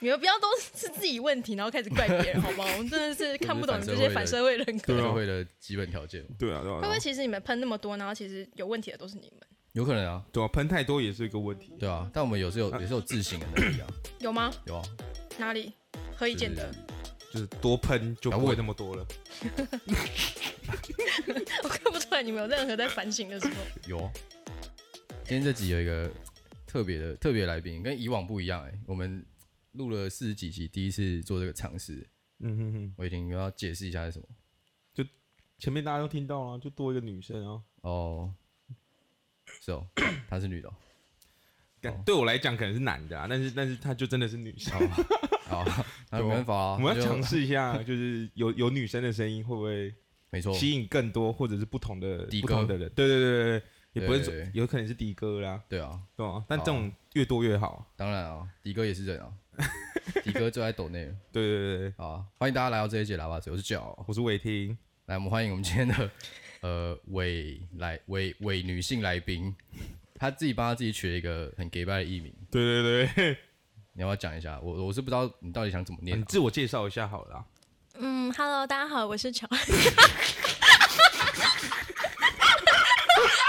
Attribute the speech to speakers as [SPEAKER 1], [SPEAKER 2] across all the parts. [SPEAKER 1] 你们不要都是自己问题，然后开始怪别人，好不好？我们真的是看不懂你们这些反社会人格。
[SPEAKER 2] 对
[SPEAKER 1] 会
[SPEAKER 2] 啊社会的基本条件，
[SPEAKER 3] 对啊，对啊，
[SPEAKER 1] 不
[SPEAKER 3] 对
[SPEAKER 1] 会
[SPEAKER 3] 啊
[SPEAKER 1] 其实你们喷那么多，然后其实有问题的都是你们？
[SPEAKER 2] 有可能啊，
[SPEAKER 3] 对啊，喷太多也是一个问题。
[SPEAKER 2] 对啊，但我们有时候有也是有自省的能 力啊，
[SPEAKER 1] 有吗？
[SPEAKER 2] 有啊，
[SPEAKER 1] 哪里何以见得？
[SPEAKER 3] 就是多喷就不会那么多了。
[SPEAKER 1] 我看不出来你们有任何在反省的时候。
[SPEAKER 2] 有啊。今天这集有一个特别的特别来宾，跟以往不一样哎、我们录了四十几集，第一次做这个尝试，
[SPEAKER 3] 嗯哼哼，
[SPEAKER 2] 我已经要解释一下是什么
[SPEAKER 3] 前面大家都听到了，就多一个女生啊。
[SPEAKER 2] 哦。是 哦，她是女的哦、
[SPEAKER 3] 干对我来讲可能是男的啊，但是但是她就真的是女生。
[SPEAKER 2] 好，哦 那没办法啊，
[SPEAKER 3] 我们要
[SPEAKER 2] 就
[SPEAKER 3] 尝试一下，就是有有女生的声音会不会
[SPEAKER 2] 没错，
[SPEAKER 3] 吸引更多或者是不同的
[SPEAKER 2] 的
[SPEAKER 3] 不
[SPEAKER 2] 哥
[SPEAKER 3] 同的人？对对对对对，也不是
[SPEAKER 2] 对
[SPEAKER 3] 说有可能是的哥啦，
[SPEAKER 2] 对啊，
[SPEAKER 3] 对吧？但这种越多越好。
[SPEAKER 2] 当然啊，迪哥也是 人啊，迪哥最爱抖内了
[SPEAKER 3] 对对对对，
[SPEAKER 2] 好啊，欢迎大家来到这一节喇叭嘴，我是脚，
[SPEAKER 3] 我是伟霆，
[SPEAKER 2] 来，我们欢迎我们今天的呃伪来伪伪女性来宾，她自己帮她自己取了一个很 gay 拜的艺名，
[SPEAKER 3] 对对对，
[SPEAKER 2] 你要不要讲一下？我我是不知道你到底想怎么念
[SPEAKER 3] 你
[SPEAKER 2] 啊、
[SPEAKER 3] 自我介绍一下好了啊。
[SPEAKER 1] 嗯，Hello，大家好，我是乔。哎、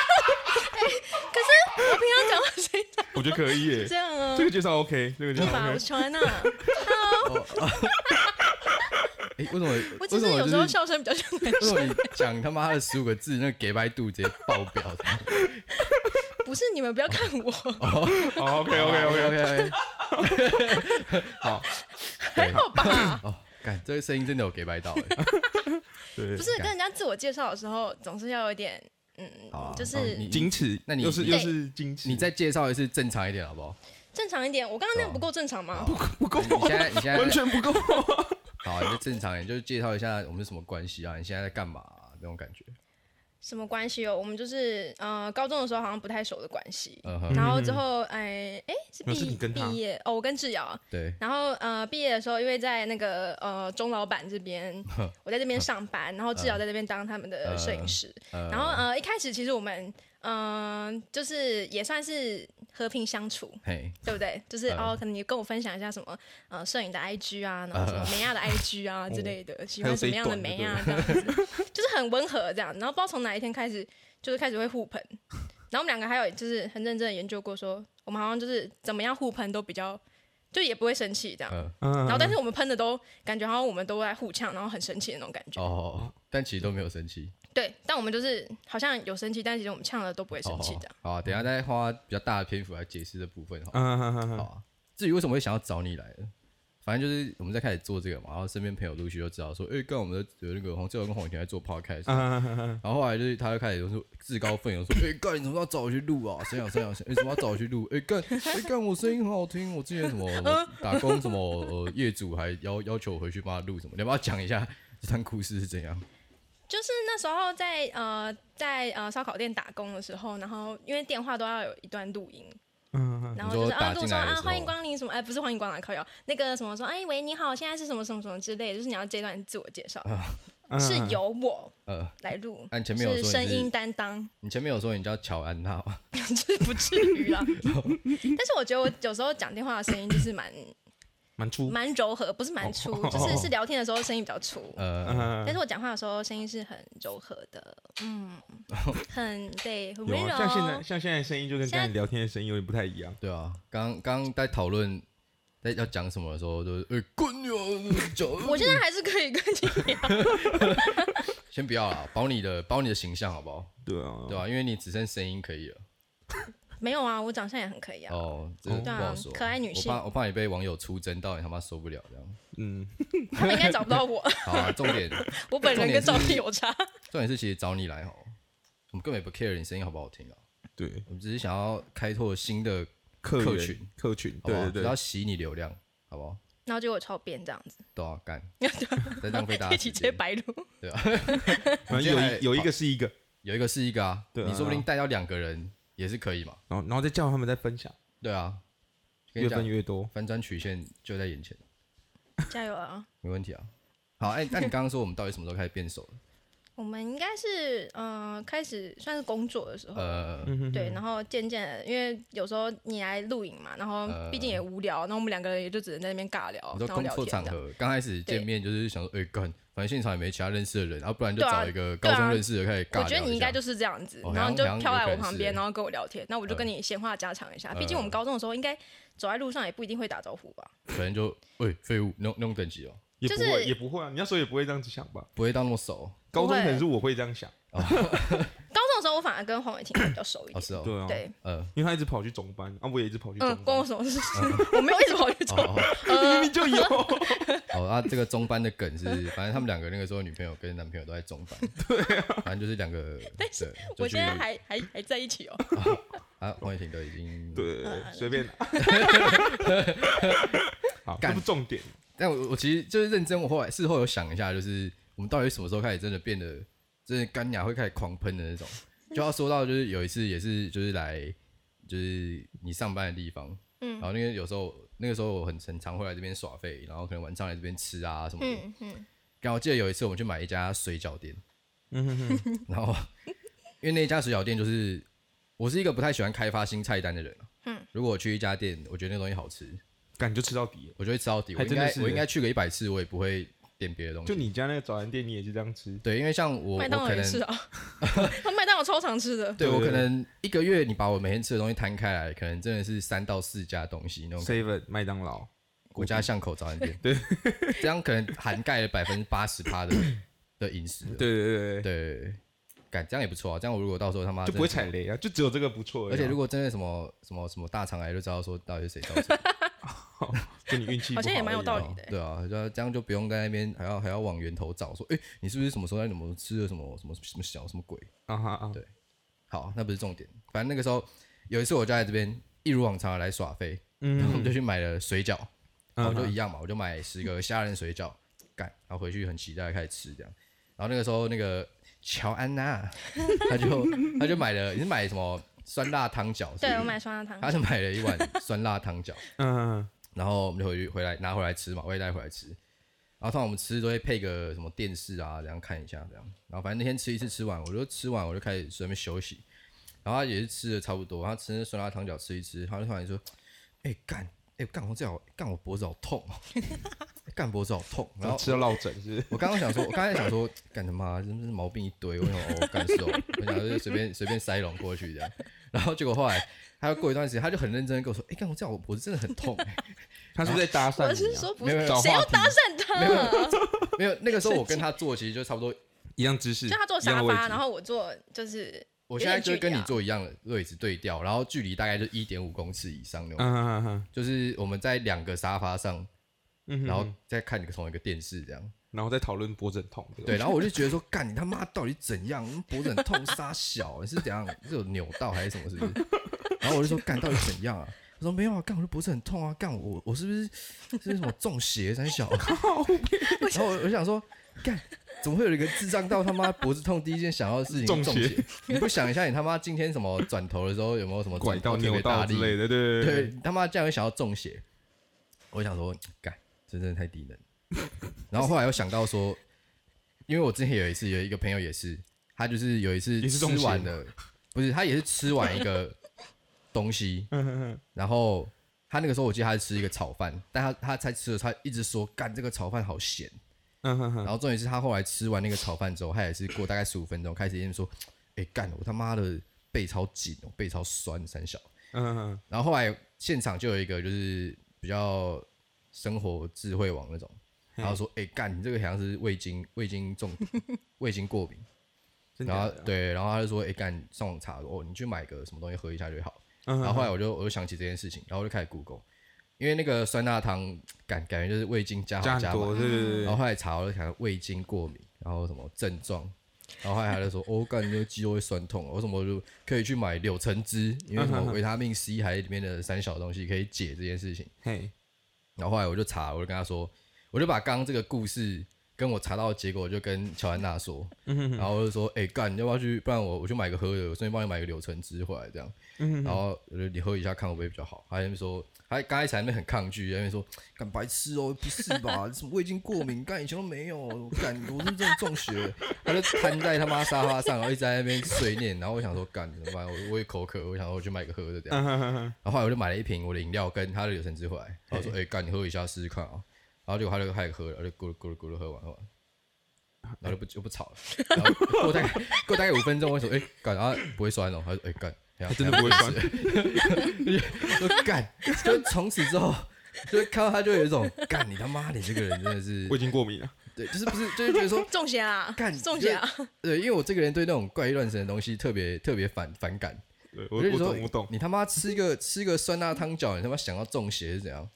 [SPEAKER 1] 可是我平常讲话声音
[SPEAKER 3] 我觉得可以耶
[SPEAKER 1] 这，样啊
[SPEAKER 3] 这，个介绍 OK，这个介
[SPEAKER 1] 对
[SPEAKER 3] 绍
[SPEAKER 1] 吧？我
[SPEAKER 3] OK
[SPEAKER 1] 是。乔安娜，
[SPEAKER 2] 哎、为什么？
[SPEAKER 1] 我
[SPEAKER 2] 为
[SPEAKER 1] 其
[SPEAKER 2] 什
[SPEAKER 1] 实
[SPEAKER 2] 么
[SPEAKER 1] 有时候
[SPEAKER 2] 就是？哦
[SPEAKER 1] 笑声比较像男
[SPEAKER 2] 为什
[SPEAKER 1] 生，
[SPEAKER 2] 么你讲他妈的十五个字，那 gay 拜度直接爆表？
[SPEAKER 1] 不是你们不要看我，
[SPEAKER 2] 哦
[SPEAKER 3] 好 OK OK OK，
[SPEAKER 2] OK，好，
[SPEAKER 1] 还好吧？
[SPEAKER 2] 哦，干，这个声音真的有 gay 拜到、欸，
[SPEAKER 3] 对
[SPEAKER 1] 不，是跟人家自我介绍的时候，总是要有一点，嗯
[SPEAKER 2] 好啊，
[SPEAKER 1] 就是
[SPEAKER 2] 好你
[SPEAKER 3] 矜持，
[SPEAKER 2] 那你
[SPEAKER 3] 又是
[SPEAKER 2] 你
[SPEAKER 3] 又是矜持，
[SPEAKER 2] 你再介绍一次正常一点好不好？
[SPEAKER 1] 正常一点。我刚刚那个不够正常吗？
[SPEAKER 3] 哦不够，
[SPEAKER 2] 你现在你现在
[SPEAKER 3] 完全 不够。
[SPEAKER 2] 好，你就正常一点，就是介绍一下我们是什么关系啊？你现在在干嘛、啊？那种感觉。
[SPEAKER 1] 什么关系哦？我们就是呃，高中的时候好像不太熟的关系，
[SPEAKER 2] 嗯哼，
[SPEAKER 1] 然后之后哎哎是
[SPEAKER 3] 那是你
[SPEAKER 1] 毕
[SPEAKER 3] 跟他
[SPEAKER 1] 毕业哦，我跟志尧，
[SPEAKER 2] 对，
[SPEAKER 1] 然后呃，毕业的时候，因为在那个呃钟老板这边，我在这边上班，然后志
[SPEAKER 3] 嗯
[SPEAKER 1] 尧在这边当他们的摄影师。
[SPEAKER 2] 呃
[SPEAKER 1] 然后呃，一开始其实我们嗯、呃就是也算是和平相处，
[SPEAKER 2] 嘿，
[SPEAKER 1] 对不对？就是、
[SPEAKER 3] 嗯
[SPEAKER 2] 呃
[SPEAKER 1] 哦，可能你跟我分享一下什么呃摄影的 IG 啊，然后什么美亚的 IG 啊之类的，喜
[SPEAKER 3] 嗯哦还有
[SPEAKER 1] 欢什么
[SPEAKER 3] 这一
[SPEAKER 1] 样的
[SPEAKER 3] 段
[SPEAKER 1] 美
[SPEAKER 3] 就对
[SPEAKER 1] 亚这样子， 就是很温和这样。然后不知道从哪一天开始，就是开始会互喷。然后我们两个还有就是很认真的研究过说，我们好像就是怎么样互喷都比较，就也不会生气这样。
[SPEAKER 2] 呃，
[SPEAKER 3] 然
[SPEAKER 1] 然后但是我们喷的都感觉好像我们都在互呛，然后很生气的那种感觉。
[SPEAKER 2] 哦，但其实都没有生气，
[SPEAKER 1] 对，但我们就是好像有生气，但其实我们呛了都不会嗯生
[SPEAKER 3] 哦
[SPEAKER 1] 气这样。
[SPEAKER 2] 好啊，等一下再花比较大的篇幅来解释这部分，好了，
[SPEAKER 3] 嗯，好
[SPEAKER 2] 好啊。至于为什么会想要找你来的，反正就是我们在开始做这个嘛，然后身边朋友陆续就知道说，哎，刚我们的有那个黄志尧跟黄以前在做 podcast，
[SPEAKER 3] 嗯，
[SPEAKER 2] 然后后来就是他就开始就说自告奋勇说，哎、干你怎么要找我去录啊？谁想谁想谁，哎、怎么要找我去录？哎、干哎、干我声音很好听，我之前什么
[SPEAKER 1] 嗯
[SPEAKER 2] 我打工什么呃业主还要要求我回去帮他录什么？你要不要讲一下这段故事是怎样？
[SPEAKER 1] 就是那时候在呃在呃烧烤店打工的时候，然后因为电话都要有一段录音，
[SPEAKER 3] 嗯，
[SPEAKER 1] 然后就是
[SPEAKER 2] 你说
[SPEAKER 1] 啊
[SPEAKER 2] 打
[SPEAKER 1] 路
[SPEAKER 2] 进
[SPEAKER 1] 上
[SPEAKER 2] 来的
[SPEAKER 1] 啊
[SPEAKER 2] 时候
[SPEAKER 1] 欢迎光临什么哎、不是欢迎光临靠谣那个什么说哎喂你好现在是什么什么什么之类的，就是你要这段自我介绍、
[SPEAKER 3] 嗯
[SPEAKER 1] 是由我
[SPEAKER 2] 呃，
[SPEAKER 1] 来录，
[SPEAKER 2] 啊啊你前面有
[SPEAKER 1] 是
[SPEAKER 2] 说你
[SPEAKER 1] 声
[SPEAKER 2] 是
[SPEAKER 1] 音担当，
[SPEAKER 2] 你前面有说你叫乔安娜嘛，
[SPEAKER 1] 就是不至于 啦。但是我觉得我有时候讲电话的声音就是蛮
[SPEAKER 3] 蛮粗，
[SPEAKER 1] 蛮柔和，不是蛮粗，
[SPEAKER 2] 哦
[SPEAKER 1] 就是是聊天的时候声音比较粗。
[SPEAKER 2] 呃，
[SPEAKER 3] 嗯
[SPEAKER 1] 但是我讲话的时候声音是很柔和的， 嗯，很对，很
[SPEAKER 3] 有
[SPEAKER 1] 温
[SPEAKER 3] 啊，
[SPEAKER 1] 柔。
[SPEAKER 3] 像现在像现在声音就跟刚才聊天的声音有点不太一样。
[SPEAKER 2] 对啊，刚刚在讨论在要讲什么的时候，就是哎滚呀，乔安
[SPEAKER 1] 我现在还是可以跟你 聊，
[SPEAKER 2] 先不要啦，保你的保你的形象好不好？
[SPEAKER 3] 对
[SPEAKER 1] 哦
[SPEAKER 3] 啊，
[SPEAKER 2] 对吧、因为你只剩声音可以了。
[SPEAKER 1] 没有啊，我长相也很可以啊。
[SPEAKER 2] 哦，这个不
[SPEAKER 1] 对啊
[SPEAKER 2] 好说，
[SPEAKER 1] 可爱女性
[SPEAKER 2] 我怕我怕你被网友出征到你他妈受不了这样。
[SPEAKER 3] 嗯，
[SPEAKER 1] 他们应该找不到我，
[SPEAKER 2] 好、啊，重点
[SPEAKER 1] 我本人跟照片有差。
[SPEAKER 2] 重点是其实找你来哦，我们根本也不 care 你声音好不好听啊，
[SPEAKER 3] 对，
[SPEAKER 2] 我们只是想要开拓新的，
[SPEAKER 3] 客
[SPEAKER 2] 客
[SPEAKER 3] 源
[SPEAKER 2] 群哦
[SPEAKER 3] 客群，
[SPEAKER 2] 好不好
[SPEAKER 3] 对对
[SPEAKER 2] 只要
[SPEAKER 3] 对，
[SPEAKER 2] 洗你流量，好不好？
[SPEAKER 1] 然后结果超变这样子，
[SPEAKER 2] 都要干，
[SPEAKER 1] 对
[SPEAKER 2] 再浪费大
[SPEAKER 1] 一
[SPEAKER 2] 家
[SPEAKER 1] 起
[SPEAKER 2] 时
[SPEAKER 1] 直接
[SPEAKER 2] 间。
[SPEAKER 1] 白录。
[SPEAKER 3] 反正
[SPEAKER 2] 今天还
[SPEAKER 3] 有一有一个是一个，
[SPEAKER 2] 有一个是一个啊，
[SPEAKER 3] 对啊
[SPEAKER 2] 你说不定带到两个人也是可以嘛。
[SPEAKER 3] 然后然后再叫他们再分享，
[SPEAKER 2] 对啊，跟
[SPEAKER 3] 越
[SPEAKER 2] 你讲
[SPEAKER 3] 分，越多。
[SPEAKER 2] 翻砖曲线就在眼前，
[SPEAKER 1] 加油啊！
[SPEAKER 2] 没问题啊。好，哎、那你刚刚说我们到底什么时候开始变熟了？
[SPEAKER 1] 我们应该是嗯、呃开始算是工作的时候，
[SPEAKER 2] 呃，
[SPEAKER 3] 嗯
[SPEAKER 1] 对，然后渐渐的，因为有时候你来录影嘛，然后
[SPEAKER 2] 呃
[SPEAKER 1] 毕竟也无聊，然后我们两个人也就只能在那边尬聊
[SPEAKER 2] 我，说
[SPEAKER 1] 然后
[SPEAKER 2] 工
[SPEAKER 1] 聊
[SPEAKER 2] 作
[SPEAKER 1] 天
[SPEAKER 2] 场
[SPEAKER 1] 这样。
[SPEAKER 2] 合刚开始见面就是想说，哎干，反正现场也没其他认识的人，然后不然就
[SPEAKER 1] 对啊啊
[SPEAKER 2] 找一个高中认识的开始尬聊
[SPEAKER 1] 我
[SPEAKER 2] 一下。
[SPEAKER 1] 觉得你应该就是这样子
[SPEAKER 2] 哦，
[SPEAKER 1] 然后
[SPEAKER 2] 好像
[SPEAKER 1] 你就
[SPEAKER 2] 好像
[SPEAKER 1] 飘来
[SPEAKER 2] 有可
[SPEAKER 1] 我
[SPEAKER 2] 能
[SPEAKER 1] 旁
[SPEAKER 2] 是
[SPEAKER 1] 边，
[SPEAKER 2] 欸
[SPEAKER 1] 然后跟我聊天，那我就跟你闲话家常一下。毕竟我们
[SPEAKER 2] 呃
[SPEAKER 1] 高中的时候，应该走在路上也不一定会打招呼吧？
[SPEAKER 2] 可能就哎废物那种那种等级哦，
[SPEAKER 3] 也
[SPEAKER 1] 就
[SPEAKER 3] 不
[SPEAKER 1] 是
[SPEAKER 3] 会，也不会啊。你那时候也不会这样子想吧？
[SPEAKER 2] 不会到那么熟
[SPEAKER 3] 高中
[SPEAKER 1] 不会
[SPEAKER 3] 可能是我会这样想，
[SPEAKER 1] 高中的时候，我反而跟黄伟霆比较熟一
[SPEAKER 2] 哦
[SPEAKER 1] 点，
[SPEAKER 2] 是哦，
[SPEAKER 3] 对啊，
[SPEAKER 1] 对，
[SPEAKER 2] 呃，
[SPEAKER 3] 因为他一直跑去中班啊，我也一直跑去
[SPEAKER 1] 嗯，
[SPEAKER 3] 中
[SPEAKER 1] 关我
[SPEAKER 3] 班，
[SPEAKER 1] 什么事？ 我没有一直跑去找
[SPEAKER 2] 哦，哦
[SPEAKER 3] 明 明就有，
[SPEAKER 2] 哦，啊，这个中班的梗是，反正他们两个那个时候女朋友跟男朋友都在中 班，
[SPEAKER 3] 啊
[SPEAKER 2] 对、反正就是 两个，但是
[SPEAKER 1] 我现在还 还还在一起哦。
[SPEAKER 2] 啊，黄雨婷都已经，
[SPEAKER 3] 对，随便拿。嗯 好，这不重点，
[SPEAKER 2] 但我我其实就是认真，我后来事后有想一下，就是我们到底什么时候开始真的变得真的干雅会开始狂喷的那种，就要说到就是有一次也是就是来就是你上班的地方，嗯，然后那个有时候那个时候我很很常会来这边耍废，然后可能晚上来这边吃啊什么的，
[SPEAKER 1] 嗯嗯，
[SPEAKER 2] 然后我记得有一次我们去买一家水饺店，然后因为那家水饺店就是我是一个不太喜欢开发新菜单的人，嗯，如果我去一家店，我觉得那东西好吃，
[SPEAKER 3] 感觉就吃到底了。
[SPEAKER 2] 我就会吃到底。我
[SPEAKER 3] 还
[SPEAKER 2] 应
[SPEAKER 3] 真的
[SPEAKER 2] 该
[SPEAKER 3] 是
[SPEAKER 2] 我应该去个一百次，我也不会点别的东西。
[SPEAKER 3] 就你家那个早餐店，你也是这样吃，
[SPEAKER 2] 对，因为像我
[SPEAKER 1] 麦当
[SPEAKER 2] 我
[SPEAKER 1] 劳
[SPEAKER 2] 可
[SPEAKER 1] 也
[SPEAKER 2] 能
[SPEAKER 1] 是啊，他 麦当劳超常吃的。
[SPEAKER 2] 对我
[SPEAKER 3] 对
[SPEAKER 2] 可能一个月你把我每天吃的东西摊开来，可能真的是三到四家东西那种。
[SPEAKER 3] seven 麦当劳，
[SPEAKER 2] 我家巷口早餐店，对，这样可能涵盖了百分之八十趴的的饮食。
[SPEAKER 3] 对对对对，
[SPEAKER 2] 对，感这样也不错啊。这样我如果到时候他妈
[SPEAKER 3] 就不会
[SPEAKER 2] 真的
[SPEAKER 3] 踩雷啊，就只有这个不错。
[SPEAKER 2] 而且如
[SPEAKER 3] 果
[SPEAKER 2] 果真的什么什么什么大肠癌，就知道说到底是谁造成的。
[SPEAKER 3] 就你运气不
[SPEAKER 1] 好像也蛮有
[SPEAKER 3] 而已
[SPEAKER 1] 道
[SPEAKER 3] 啊
[SPEAKER 1] 理的欸
[SPEAKER 2] 对啊，就这样就不用在那边还要还要往源头找，说哎、诶你是不是什么时候在什么吃了什么什么什么小什么鬼？
[SPEAKER 3] 啊哈啊，
[SPEAKER 2] 对好，那不是重点。反正那个时候有一次我就在这边一如往常的来耍废，然后我们就去买了水饺，
[SPEAKER 3] 啊嗯
[SPEAKER 2] 然后就一样嘛，我就买十个虾仁水饺，干，然后回去很期待开始吃这样。然后那个时候那个乔安娜，她就她就买了，你是买什么酸辣汤饺？是不是
[SPEAKER 1] 对，我买酸辣汤。
[SPEAKER 2] 他就买了一碗酸辣汤饺，
[SPEAKER 3] 嗯，
[SPEAKER 2] 然后我们就回去回来拿回来吃嘛，我也带回来吃。然后通常我们吃都会配个什么电视啊，这样看一下这样。然后反正那天吃一次吃完，我就吃完我就开始准备休息。然后他也是吃的差不多，他吃那酸辣汤饺吃一吃，他就突然说：“哎、干，哎、干我这样，干我脖子好痛哦、 哎干脖子好痛。”然
[SPEAKER 3] 然
[SPEAKER 2] 后
[SPEAKER 3] 后吃到落枕是不是？
[SPEAKER 2] 我刚刚想说，我刚才想说，干他妈，真是毛病一堆，我想哦，干瘦，我想就随便随便塞拢过去这样，然后结果后来，他又过一段时间，他就很认真地跟我说，哎、干我这样我脖子真的很痛、欸，
[SPEAKER 3] 他是不是在搭讪
[SPEAKER 1] 我
[SPEAKER 3] 你
[SPEAKER 1] 是
[SPEAKER 3] 啊
[SPEAKER 1] 说不
[SPEAKER 2] 没有没
[SPEAKER 1] 是
[SPEAKER 2] 有
[SPEAKER 1] 谁
[SPEAKER 3] 找
[SPEAKER 1] 要
[SPEAKER 3] 话题
[SPEAKER 1] 搭讪他？
[SPEAKER 2] 没有，那个时候我跟他坐其实就差不多，
[SPEAKER 3] 一样姿势，
[SPEAKER 1] 就他坐
[SPEAKER 3] 一
[SPEAKER 1] 沙
[SPEAKER 3] 样位置
[SPEAKER 1] 发，然后我坐就是
[SPEAKER 2] 我现在就是跟你
[SPEAKER 3] 啊
[SPEAKER 2] 坐一样的位置对调，然后距离大概就一点五公尺以上那种，
[SPEAKER 3] 嗯嗯嗯
[SPEAKER 2] 就是我们在两个沙发上，
[SPEAKER 3] 嗯，
[SPEAKER 2] 然后再看同一个电视这样，
[SPEAKER 3] 然后再讨论脖子很痛，
[SPEAKER 2] 对，然后我就觉得说，干你他妈到底怎样？脖子很痛，杀小，你是怎样？是有扭到还是什么？是不是？然后我就说，干到底怎样啊？他说没有啊，干我的脖子很痛啊，干我我是不是是不是什么中邪三小？然后我我就想说，干怎么会有一个智障到他妈脖子痛第一件想到的事情是中
[SPEAKER 3] 中邪
[SPEAKER 2] 邪？你不想一下你他妈今天什么转头的时候有没有什么
[SPEAKER 3] 拐
[SPEAKER 2] 转头
[SPEAKER 3] 到
[SPEAKER 2] 特
[SPEAKER 3] 扭
[SPEAKER 2] 别
[SPEAKER 3] 到
[SPEAKER 2] 大
[SPEAKER 3] 之
[SPEAKER 2] 力
[SPEAKER 3] 类的，对对
[SPEAKER 2] 对，，你他妈竟然会想要中邪，我想说，干，这真的太低能。 然后后来又想到说，因为我之前有一次有一个朋友也是，他就是有一次
[SPEAKER 3] 也是
[SPEAKER 2] 吃
[SPEAKER 3] 中邪
[SPEAKER 2] 完了，不是他也是吃完一个东 西，然后他那个时候我记得他是吃一个炒饭，但他他才吃了，他一直说干这个炒饭好咸。
[SPEAKER 3] 嗯哼哼，
[SPEAKER 2] 然后重点是他后来吃完那个炒饭之后，他也是过大概十五分钟开始一直说，哎、干我他妈的背超紧哦，背超酸三小。
[SPEAKER 3] 嗯哼，
[SPEAKER 2] 然后后来现场就有一个就是比较生活智慧王那种，然后说：“哎、干，你这个好像是味精味精中 味精过敏。”
[SPEAKER 3] 真
[SPEAKER 2] 然后
[SPEAKER 3] 的，啊
[SPEAKER 2] 对，然后他就说：“哎、干，上网查哦，你去买个什么东西喝一下就好。”
[SPEAKER 3] 嗯
[SPEAKER 2] 然后后来我就我就想起这件事情，然后我就开始 Google，因为那个酸辣汤感感觉就是味精加
[SPEAKER 3] 加
[SPEAKER 2] 好
[SPEAKER 3] 很
[SPEAKER 2] 加满
[SPEAKER 3] 多，，对对
[SPEAKER 2] 然后
[SPEAKER 3] 对，
[SPEAKER 2] 后来查我就想味精过敏，然后什么症状。然后后来他就说：“ 哦，干，你这个肌肉会酸痛哦，我什么就可以去买柳橙汁，因为什么维他命 C 还里面的三小东西可以 解这件事情。”
[SPEAKER 3] 嘿，
[SPEAKER 2] 然后后来我就查，我就跟他说，我就把刚刚这个故事跟我查到的结果，我就跟乔安娜说，然后我就说，哎、干，你要不要去？不然我我去买个喝的，我顺便帮你买个柳橙汁回来这样。
[SPEAKER 3] 嗯
[SPEAKER 2] 然后我就你喝一下看会不会比较好。他在那边说，他刚开始还没很抗拒，在那边说，干白痴哦，不是 吧？什么我已经过敏，干以前都没有，干我是真的中邪了。他就瘫在他妈沙发上，然后一直在那边碎念。然后我想说，干怎么办？我我也口渴，我想说我去买个喝的这 样。然后后来我就买了一瓶我的饮料跟他的柳橙汁回来，然后说，哎、干你喝一下试试看啊。然后结果他就开始喝了，然后就咕噜咕噜咕噜喝完喝完，然后就不就不吵了。然后过大概过大概五分钟，我说哎干啊不会酸哦，他说哎干，等一
[SPEAKER 3] 他
[SPEAKER 2] 下
[SPEAKER 3] 真的不会酸，
[SPEAKER 2] 我说干， 就从此之后。就看到他，就有一种干你他妈，你这个人真的是
[SPEAKER 3] 我已经过敏了。
[SPEAKER 2] 对，就是不是，就是觉得说
[SPEAKER 1] 中邪啦
[SPEAKER 2] 干，
[SPEAKER 1] 中邪啊！
[SPEAKER 2] 对，因为我这个人对那种怪力乱神的东西特别特别反反感。
[SPEAKER 3] 对我
[SPEAKER 2] 我就
[SPEAKER 3] 我
[SPEAKER 2] 觉得
[SPEAKER 3] 懂
[SPEAKER 2] 说
[SPEAKER 3] 我懂，
[SPEAKER 2] 你他妈吃一个吃一个酸辣汤饺，你他妈想要中邪是怎样？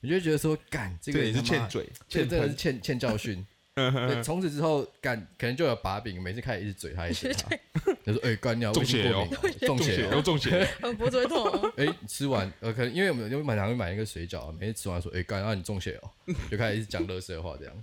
[SPEAKER 2] 你就会觉得说干这个
[SPEAKER 3] 对，
[SPEAKER 2] 人
[SPEAKER 3] 你是
[SPEAKER 2] 他妈
[SPEAKER 3] 欠嘴，
[SPEAKER 2] 这
[SPEAKER 3] 欠
[SPEAKER 2] 真的是
[SPEAKER 3] 喷。嗯
[SPEAKER 2] 欠欠教 训。对从此之后，干可能就有把柄，每次开始一直嘴他，一直嘴他。他说：“哎，干你啊，我
[SPEAKER 3] 中
[SPEAKER 2] 已经
[SPEAKER 3] 邪
[SPEAKER 2] 过
[SPEAKER 3] 哦
[SPEAKER 2] 敏了，中
[SPEAKER 3] 中
[SPEAKER 2] 邪
[SPEAKER 3] 邪，又
[SPEAKER 2] 哦。
[SPEAKER 3] 中邪，
[SPEAKER 1] 我脖子会痛哦。
[SPEAKER 2] 哎，你吃完呃，可能因为我们就蛮常会买一个水饺，每次吃完说：“哎，干啊，你中邪 哦。”就开始一直讲乐色话，这样。